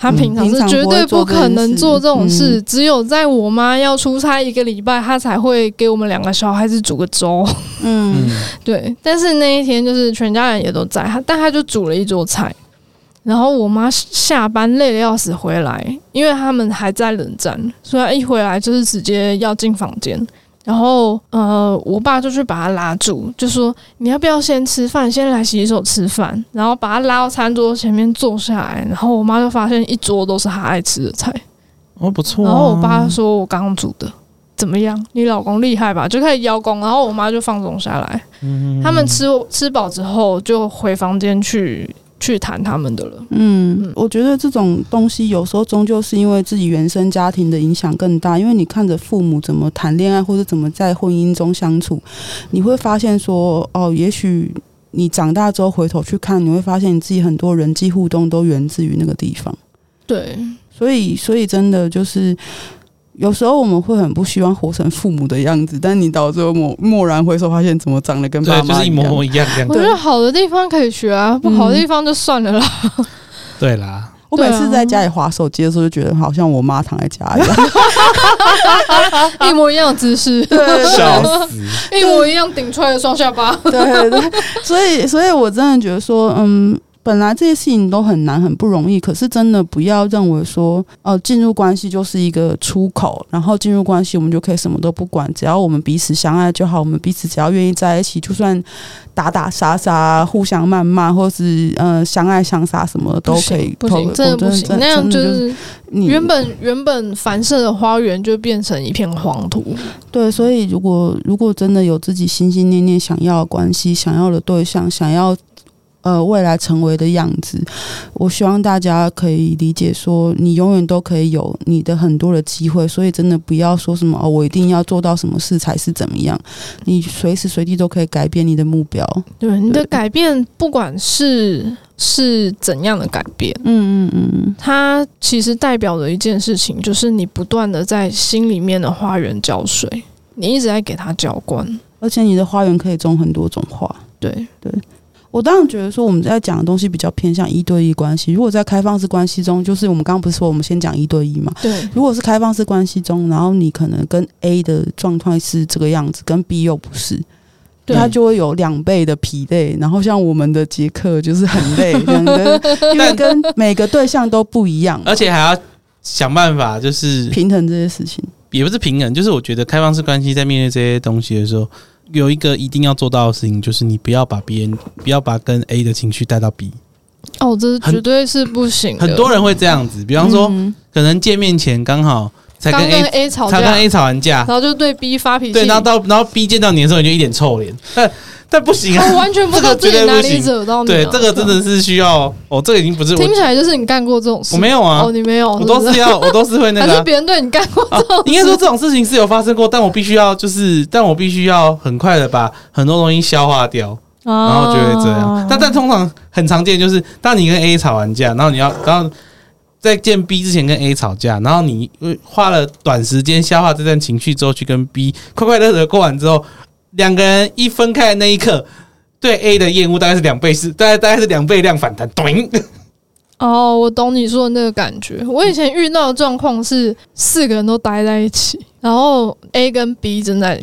[SPEAKER 1] 他
[SPEAKER 2] 嗯
[SPEAKER 1] 平常
[SPEAKER 2] 平
[SPEAKER 1] 是
[SPEAKER 2] 常
[SPEAKER 1] 绝
[SPEAKER 2] 不会
[SPEAKER 1] 对
[SPEAKER 2] 做
[SPEAKER 1] 不
[SPEAKER 2] 这件
[SPEAKER 1] 可能
[SPEAKER 2] 事
[SPEAKER 1] 做这种事，
[SPEAKER 2] 嗯
[SPEAKER 1] 只有在我妈要出差一个礼拜，他才会给我们两个小孩子煮个粥。
[SPEAKER 2] 嗯
[SPEAKER 3] 嗯，
[SPEAKER 1] 对，但是那一天就是全家人也都在，他但他就煮了一桌菜。然后我妈下班累得要死回来，因为他们还在冷战，所以她一回来就是直接要进房间。然后呃，我爸就去把她拉住，就说你要不要先吃饭，先来洗手吃饭，然后把她拉到餐桌前面坐下来。然后我妈就发现一桌都是她爱吃的菜，
[SPEAKER 3] 哦不错、啊。
[SPEAKER 1] 然后我爸说：“我刚刚煮的怎么样？你老公厉害吧？”就开始邀功，然后我妈就放松下来。
[SPEAKER 2] 嗯
[SPEAKER 1] 他们吃吃饱之后，就回房间去去谈他们的了。
[SPEAKER 2] 嗯，我觉得这种东西有时候终究是因为自己原生家庭的影响更大，因为你看着父母怎么谈恋爱，或者怎么在婚姻中相处，你会发现说，哦，也许你长大之后回头去看，你会发现你自己很多人际互动都源自于那个地方。
[SPEAKER 1] 对，
[SPEAKER 2] 所以，所以真的就是，有时候我们会很不希望活成父母的样子，但你到最后蓦蓦然回首，发现怎么长得跟爸
[SPEAKER 3] 对，就
[SPEAKER 2] 妈
[SPEAKER 3] 是一
[SPEAKER 2] 一
[SPEAKER 3] 模
[SPEAKER 2] 样。
[SPEAKER 3] 模一样这样
[SPEAKER 1] 我。觉得好的地方可以学啊，不好的地方就算了啦。
[SPEAKER 2] 嗯
[SPEAKER 3] 对啦，
[SPEAKER 2] 我每次在家里划手机的时候，就觉得好像我妈躺在家一样。
[SPEAKER 1] 一模一样的姿势，
[SPEAKER 2] 对对
[SPEAKER 3] 笑
[SPEAKER 2] 对
[SPEAKER 3] 死！
[SPEAKER 1] 一模一样顶出来的双下巴。
[SPEAKER 2] 对对对，所以，所以我真的觉得说，嗯，本来这些事情都很难，很不容易，可是真的不要认为说，呃，进入关系就是一个出口，然后进入关系我们就可以什么都不管，只要我们彼此相爱就好，我们彼此只要愿意在一起，就算打打杀杀、互相谩骂，或是呃相爱相杀什么的都可以，
[SPEAKER 1] 不行，
[SPEAKER 2] 都
[SPEAKER 1] 真的不行，那样就
[SPEAKER 2] 真的
[SPEAKER 1] 是
[SPEAKER 2] 你
[SPEAKER 1] 原本原本繁盛的花园就变成一片黄土。
[SPEAKER 2] 对，所以如果如果真的有自己心心念念想要的关系、想要的对象、想要呃未来成为的样子，我希望大家可以理解说，你永远都可以有你的很多的机会，所以真的不要说什么哦，我一定要做到什么事才是怎么样，你随时随地都可以改变你的目标。
[SPEAKER 1] 对你的
[SPEAKER 2] 对
[SPEAKER 1] 改变，不管是是怎样的改变，
[SPEAKER 2] 嗯嗯嗯，
[SPEAKER 1] 它其实代表着一件事情，就是你不断的在心里面的花园浇水，你一直在给它浇灌。
[SPEAKER 2] 而且你的花园可以种很多种花。
[SPEAKER 1] 对，
[SPEAKER 2] 我当然觉得说我们在讲的东西比较偏向一对一关系。如果在开放式关系中，就是我们刚刚不是说我们先讲一对一嘛？
[SPEAKER 1] 对，
[SPEAKER 2] 如果是开放式关系中，然后你可能跟 A 的状态是这个样子，跟 B 又不是，
[SPEAKER 3] 对
[SPEAKER 2] 他就会有两倍的疲累。然后像我们的杰克就是很累，这样跟因为跟每个对象都不一样，
[SPEAKER 3] 而且还要想办法，就是
[SPEAKER 2] 平衡这些事情。
[SPEAKER 3] 也不是平衡，就是我觉得开放式关系在面对这些东西的时候，有一个一定要做到的事情，就是你不要把别人，不要把跟 A 的情绪带到 B。
[SPEAKER 1] 哦，这是
[SPEAKER 3] 很
[SPEAKER 1] 绝对是不行的。
[SPEAKER 3] 很多人会这样子，比方说，
[SPEAKER 2] 嗯
[SPEAKER 3] 可能见面前刚好才跟
[SPEAKER 1] 刚跟
[SPEAKER 3] A
[SPEAKER 1] A 吵架，
[SPEAKER 3] 才跟 A 吵完架
[SPEAKER 1] 然，后就对 B 发脾气，
[SPEAKER 3] 对，然后到然后 B 见到你的时候，你就一脸臭脸，但但不行
[SPEAKER 1] 我
[SPEAKER 3] 啊，
[SPEAKER 1] 完全不知道自己哪里惹到哦你了。
[SPEAKER 3] 对，这个真的是需要，哦，这个已经不是我
[SPEAKER 1] 听，起来就是你干过这种事。
[SPEAKER 3] 我没有啊
[SPEAKER 1] 哦，，你没有，
[SPEAKER 3] 我都
[SPEAKER 1] 不
[SPEAKER 3] 是要，我都是会那
[SPEAKER 1] 还
[SPEAKER 3] 个
[SPEAKER 1] 是
[SPEAKER 3] 啊。
[SPEAKER 1] 别人对你干过这种事？
[SPEAKER 3] 应该说这种事情是有发生过，但我必须要就是，但我必须要很快的把很多东西消化掉。 然后就会这样。但但通常很常见就是，当你跟 A 吵完架，然后你要，然后在见 B 之前跟 A 吵架，然后你呃花了短时间消化这段情绪之后，去跟 B 快快乐乐地过完之后，两个人一分开的那一刻。对 A 的厌恶大概是两倍，是大概大概是两倍量反弹， 咚！
[SPEAKER 1] 哦，我懂你说的那个感觉。我以前遇到的状况是四个人都待在一起，然后 A 跟 B 正在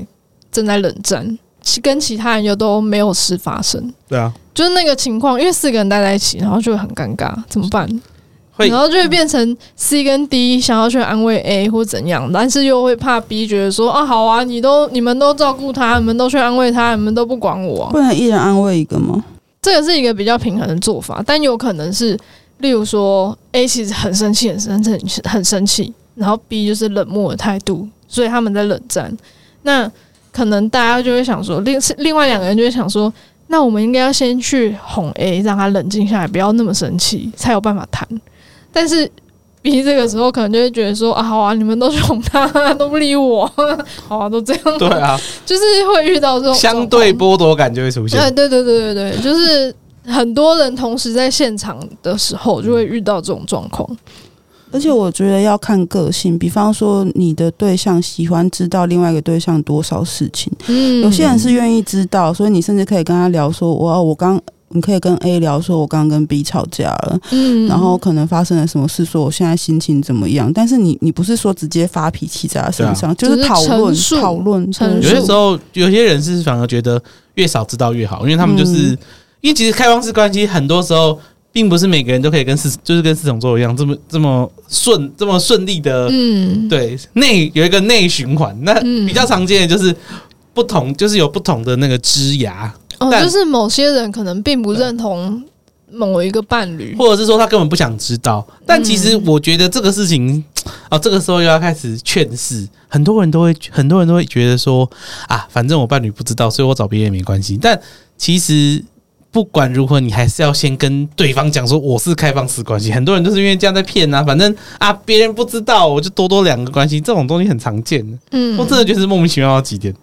[SPEAKER 1] 正在冷战，其跟其他人又都没有事发生，
[SPEAKER 3] 对啊，
[SPEAKER 1] 就是那个情况，因为四个人待在一起，然后就会很尴尬，怎么办？
[SPEAKER 3] 会
[SPEAKER 1] 然后就会变成 C 跟 D 想要去安慰 A 或怎样，但是又会怕 B 觉得说啊，好啊，你都你们都照顾他，你们都去安慰他，你们都不管我啊、
[SPEAKER 2] 不能一人安慰一个吗？
[SPEAKER 1] 这个是一个比较平衡的做法，但有可能是，例如说 A 其实很生气，很生气，很生很生气，然后 B 就是冷漠的态度，所以他们在冷战。那可能大家就会想说，另另外两个人就会想说，那我们应该要先去哄 A，让他冷静下来，不要那么生气，才有办法谈。但是 B 这个时候可能就会觉得说，啊，好啊，你们都去哄他，都不理我， 好啊，都这样，
[SPEAKER 3] 对啊，
[SPEAKER 1] 就是会遇到这种
[SPEAKER 3] 相对
[SPEAKER 1] 不。
[SPEAKER 3] 剥夺感就会出现。
[SPEAKER 1] 对哎对对对对对，就是很多人同时在现场的时候就会遇到这种状况。
[SPEAKER 2] 而且我觉得要看个性，比方说你的对象喜欢知道另外一个对象多少事情，
[SPEAKER 1] 嗯
[SPEAKER 2] 有些人是愿意知道，所以你甚至可以跟他聊说，我我刚。你可以跟 A 聊说，我刚刚跟 B 吵架了，
[SPEAKER 1] 嗯
[SPEAKER 2] 然后可能发生了什么事，说我现在心情怎么样。但是你你不是说直接发脾气在他身上，就是
[SPEAKER 1] 只啊是
[SPEAKER 2] 讨论
[SPEAKER 1] 陈述
[SPEAKER 2] 讨论
[SPEAKER 1] 陈
[SPEAKER 3] 有
[SPEAKER 1] 述
[SPEAKER 3] 些时候，有些人是反而觉得越少知道越好，因为他们就是、
[SPEAKER 1] 嗯
[SPEAKER 3] 因为其实开放式关系，很多时候并不是每个人都可以跟四就是跟四种座一样这么这么顺这么顺利的。
[SPEAKER 1] 嗯，
[SPEAKER 3] 呃对，内有一个内循环，那
[SPEAKER 1] 嗯
[SPEAKER 3] 比较常见的就是不同，就是有不同的那个枝芽，
[SPEAKER 1] 哦，
[SPEAKER 3] 但
[SPEAKER 1] 就是某些人可能并不认同某一个伴侣。
[SPEAKER 3] 或者是说他根本不想知道。但其
[SPEAKER 1] 嗯
[SPEAKER 3] 实我觉得这个事情，哦，这个时候又要开始劝世，很多人都会，很多人都会觉得说啊，反正我伴侣不知道，所以我找别人也没关系。但其实不管如何，你还是要先跟对方讲说我是开放式关系。很多人就是因为这样在骗啊，反正啊别人不知道，我就多多两个关系，这种东西很常见的。
[SPEAKER 1] 嗯
[SPEAKER 3] 我真的觉得是莫名其妙到极点。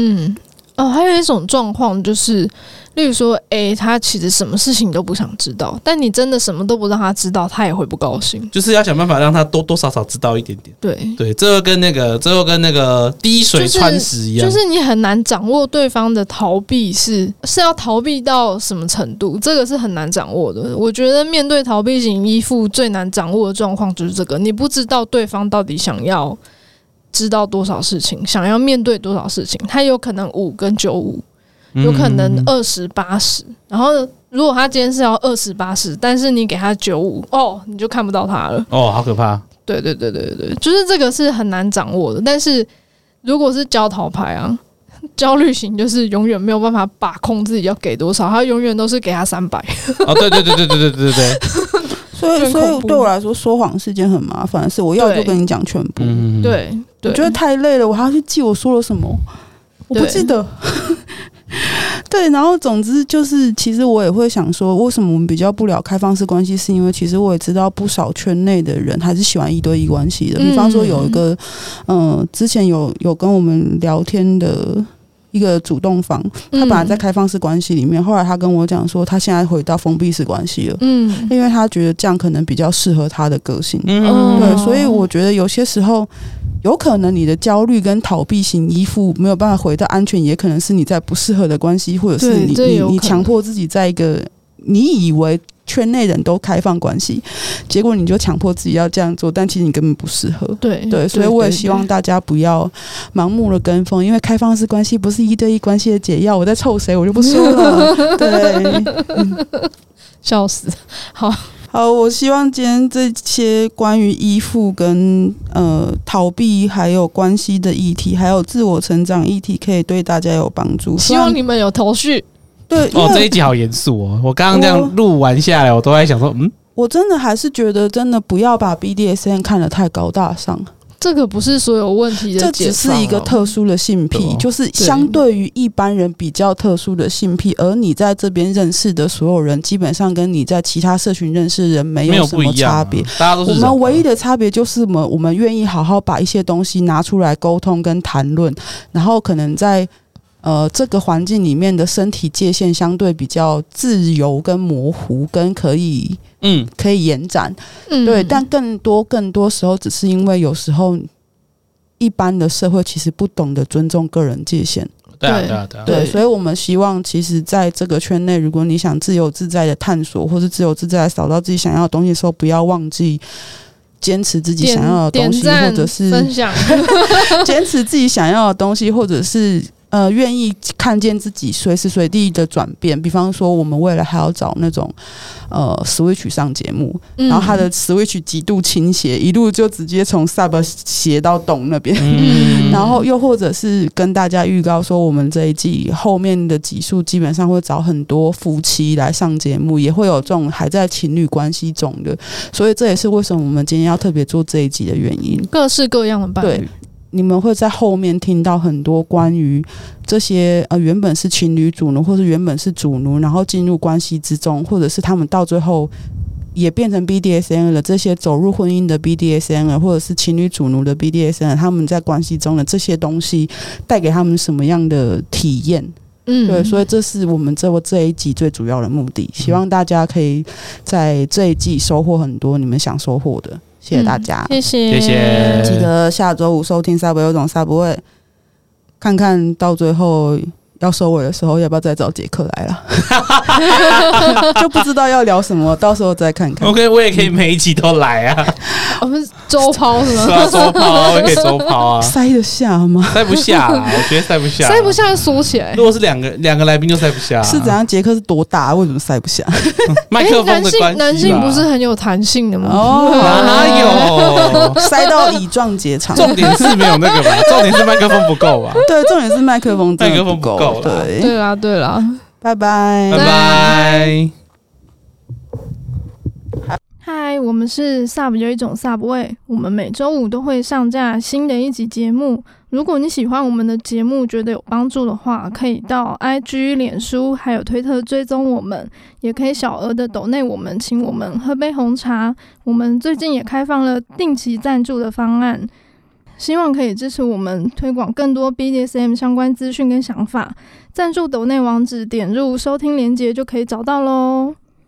[SPEAKER 1] 嗯，哦，还有一种状况就是，例如说 A 他其实什么事情都不想知道，但你真的什么都不让他知道，他也会不高兴。
[SPEAKER 3] 就是要想办法让他多多少少知道一点点。
[SPEAKER 1] 对，
[SPEAKER 3] 对，这个跟那个，这个跟那个滴水穿石一样，
[SPEAKER 1] 就是你很难掌握对方的逃避是是要逃避到什么程度，这个是很难掌握的。我觉得面对逃避型依附最难掌握的状况就是这个，你不知道对方到底想要知道多少事情，想要面对多少事情，他有可能五跟九五，
[SPEAKER 3] 嗯
[SPEAKER 1] 有可能二十八十，然后如果他今天是要二十八十，但是你给他九五，哦，你就看不到他了。
[SPEAKER 3] 哦，好可怕。
[SPEAKER 1] 对对对对对，就是这个是很难掌握的。但是如果是焦逃牌啊，焦虑型就是永远没有办法把控自己要给多少，他永远都是给他三百。
[SPEAKER 3] 哦，对对对对对对对对，
[SPEAKER 2] 所以
[SPEAKER 1] 很
[SPEAKER 2] 所
[SPEAKER 1] 恐
[SPEAKER 2] 以
[SPEAKER 1] 怖
[SPEAKER 2] 对我来说，说谎是件很麻烦的事。我要
[SPEAKER 1] 对
[SPEAKER 2] 就跟你讲全部，
[SPEAKER 3] 嗯，
[SPEAKER 1] 对对，
[SPEAKER 2] 我觉得太累了，我还要去记我说了什么，我不
[SPEAKER 1] 对
[SPEAKER 2] 记得。 对，然后总之就是，其实我也会想说，为什么我们比较不了开放式关系，是因为其实我也知道不少圈内的人还是喜欢一对一关系的。比方说有一个，嗯、之前有有跟我们聊天的一个主动方，他
[SPEAKER 1] 嗯
[SPEAKER 2] 本来在开放式关系里面，后来他跟我讲说，他现在回到封闭式关系了，
[SPEAKER 1] 嗯
[SPEAKER 2] 因为他觉得这样可能比较适合他的个性。
[SPEAKER 3] 嗯
[SPEAKER 1] 嗯
[SPEAKER 2] 对，所以我觉得有些时候，有可能你的焦虑跟逃避型依附没有办法回到安全，也可能是你在不适合的关系，或者是
[SPEAKER 1] 对
[SPEAKER 2] 你
[SPEAKER 1] 这也
[SPEAKER 2] 你
[SPEAKER 1] 有
[SPEAKER 2] 你
[SPEAKER 1] 可能
[SPEAKER 2] 强迫自己在一个你以为圈内人都开放关系，结果你就强迫自己要这样做，但其实你根本不适合。
[SPEAKER 1] 嗯对
[SPEAKER 2] 对，所以我也希望大家不要盲目的跟风，因为开放式关系不是一对一关系的解药。我在臭谁，我就不说了。对，
[SPEAKER 1] 笑死。
[SPEAKER 2] 好，我希望今天这些关于依附跟呃逃避，还有关系的议题，还有自我成长议题，可以对大家有帮助。
[SPEAKER 1] 希望你们有头绪。
[SPEAKER 2] 对，
[SPEAKER 3] 哦，
[SPEAKER 2] 因
[SPEAKER 3] 这
[SPEAKER 2] 为
[SPEAKER 3] 一集好严肃哦！我刚刚这样录完下来，我都在想说，嗯，
[SPEAKER 2] 我真的还是觉得，真的不要把 BDSN 看得太高大上，
[SPEAKER 1] 这个不是所有问题的
[SPEAKER 2] 这
[SPEAKER 1] 解
[SPEAKER 2] 只
[SPEAKER 1] 放
[SPEAKER 2] 是
[SPEAKER 1] 哦
[SPEAKER 2] 一个特殊的性癖，
[SPEAKER 3] 对啊
[SPEAKER 2] 就是相对于一般人比较特殊的性癖，而你在这边认识的所有人，基本上跟你在其他社群认识的人没
[SPEAKER 3] 没有
[SPEAKER 2] 什
[SPEAKER 3] 不
[SPEAKER 2] 么
[SPEAKER 3] 一样啊
[SPEAKER 2] 差别。，
[SPEAKER 3] 大家都是
[SPEAKER 2] 我
[SPEAKER 3] 人啊
[SPEAKER 2] 们唯一的差别就是我们我们愿意好好把一些东西拿出来沟通跟谈论，然后可能在呃这个环境里面的身体界限相对比较自由跟模糊，跟可以
[SPEAKER 3] 嗯，
[SPEAKER 2] 可以延展。
[SPEAKER 1] 嗯
[SPEAKER 2] 对，但更多更多时候只是因为有时候。一般的社会其实不懂得尊重个人界限，
[SPEAKER 3] 对啊
[SPEAKER 1] 对
[SPEAKER 3] 对啊对啊，
[SPEAKER 2] 对，
[SPEAKER 1] 对
[SPEAKER 2] 所以我们希望，其实在这个圈内，如果你想自由自在的探索，或是自由自在地找到自己想要的东西的时候，不要忘记坚持自己
[SPEAKER 1] 点
[SPEAKER 2] 想要的东
[SPEAKER 1] 点
[SPEAKER 2] 西，
[SPEAKER 1] 赞
[SPEAKER 2] 或者是
[SPEAKER 1] 分享，
[SPEAKER 2] 坚持自己想要的东西，或者是呃，愿意看见自己随时随地的转变。比方说，我们未来还要找那种呃 Switch 上节目，
[SPEAKER 1] 嗯
[SPEAKER 2] 然后他的 Switch 极度倾斜，一路就直接从 Sub 斜到懂那边。
[SPEAKER 1] 嗯
[SPEAKER 2] 然后又或者是跟大家预告说，我们这一季后面的集数基本上会找很多夫妻来上节目，也会有这种还在情侣关系中的，所以这也是为什么我们今天要特别做这一集的原因。
[SPEAKER 1] 各式各样的伴
[SPEAKER 2] 对
[SPEAKER 1] 侣，
[SPEAKER 2] 你们会在后面听到很多关于这些呃原本是情侣主奴，或是原本是主奴，然后进入关系之中，或者是他们到最后也变成 BDSN 了，这些走入婚姻的 BDSN 了，或者是情侣主奴的 BDSN，他们在关系中的这些东西带给他们什么样的体验？
[SPEAKER 1] 嗯，
[SPEAKER 2] 对，所以这是我们这这一集最主要的目的，希望大家可以在这一季收获很多你们想收获的，谢谢大
[SPEAKER 1] 嗯
[SPEAKER 2] 家。
[SPEAKER 1] 谢谢
[SPEAKER 3] 谢谢
[SPEAKER 2] 记得下周五收听《沙博有种沙博会》，看看到最后要收尾的时候，要不要再找杰克来 了？就不知道要聊什么，到时候再看看。
[SPEAKER 3] OK，我也可以每一集都来啊，
[SPEAKER 1] 我们周抛是
[SPEAKER 3] 是
[SPEAKER 1] 吗？
[SPEAKER 3] 啊，周抛啊，我也可以周抛啊，
[SPEAKER 2] 塞得下吗？
[SPEAKER 3] 塞不下啦，我觉得塞不下，啊
[SPEAKER 1] 塞不。下就缩起来
[SPEAKER 3] 如。果是两个两个来宾就塞不下，啊
[SPEAKER 2] 是怎样？杰克是多大？为什么塞不下？
[SPEAKER 3] 麦
[SPEAKER 1] 诶
[SPEAKER 3] 克风
[SPEAKER 1] 哎男
[SPEAKER 3] 的
[SPEAKER 1] 性
[SPEAKER 3] 关系吧
[SPEAKER 1] 男性不是很有弹性的
[SPEAKER 2] 哦
[SPEAKER 1] 吗？
[SPEAKER 3] 哦哪有？
[SPEAKER 2] 塞到乙状结肠。
[SPEAKER 3] 重点是没有那个吧，重点是麦克风不够吧。
[SPEAKER 2] 对，重点是麦克风真的不
[SPEAKER 3] 麦克风
[SPEAKER 2] 够。
[SPEAKER 3] 不够啦
[SPEAKER 2] 对，
[SPEAKER 1] 对啦，对啦。
[SPEAKER 2] 拜拜
[SPEAKER 3] 拜。拜。
[SPEAKER 1] 嗨，我们是 Sub 有一种 Sub 味，我们每周五都会上架新的一集节目。如果你喜欢我们的节目，觉得有帮助的话，可以到 IG、脸书还有推特追踪我们，也可以小额的抖内我们，请我们喝杯红茶。我们最近也开放了定期赞助的方案。
[SPEAKER 4] 希望可以支持我们推广更多 BDSM 相关资讯跟想法。赞助抖内网址点入收听链接就可以找到喽。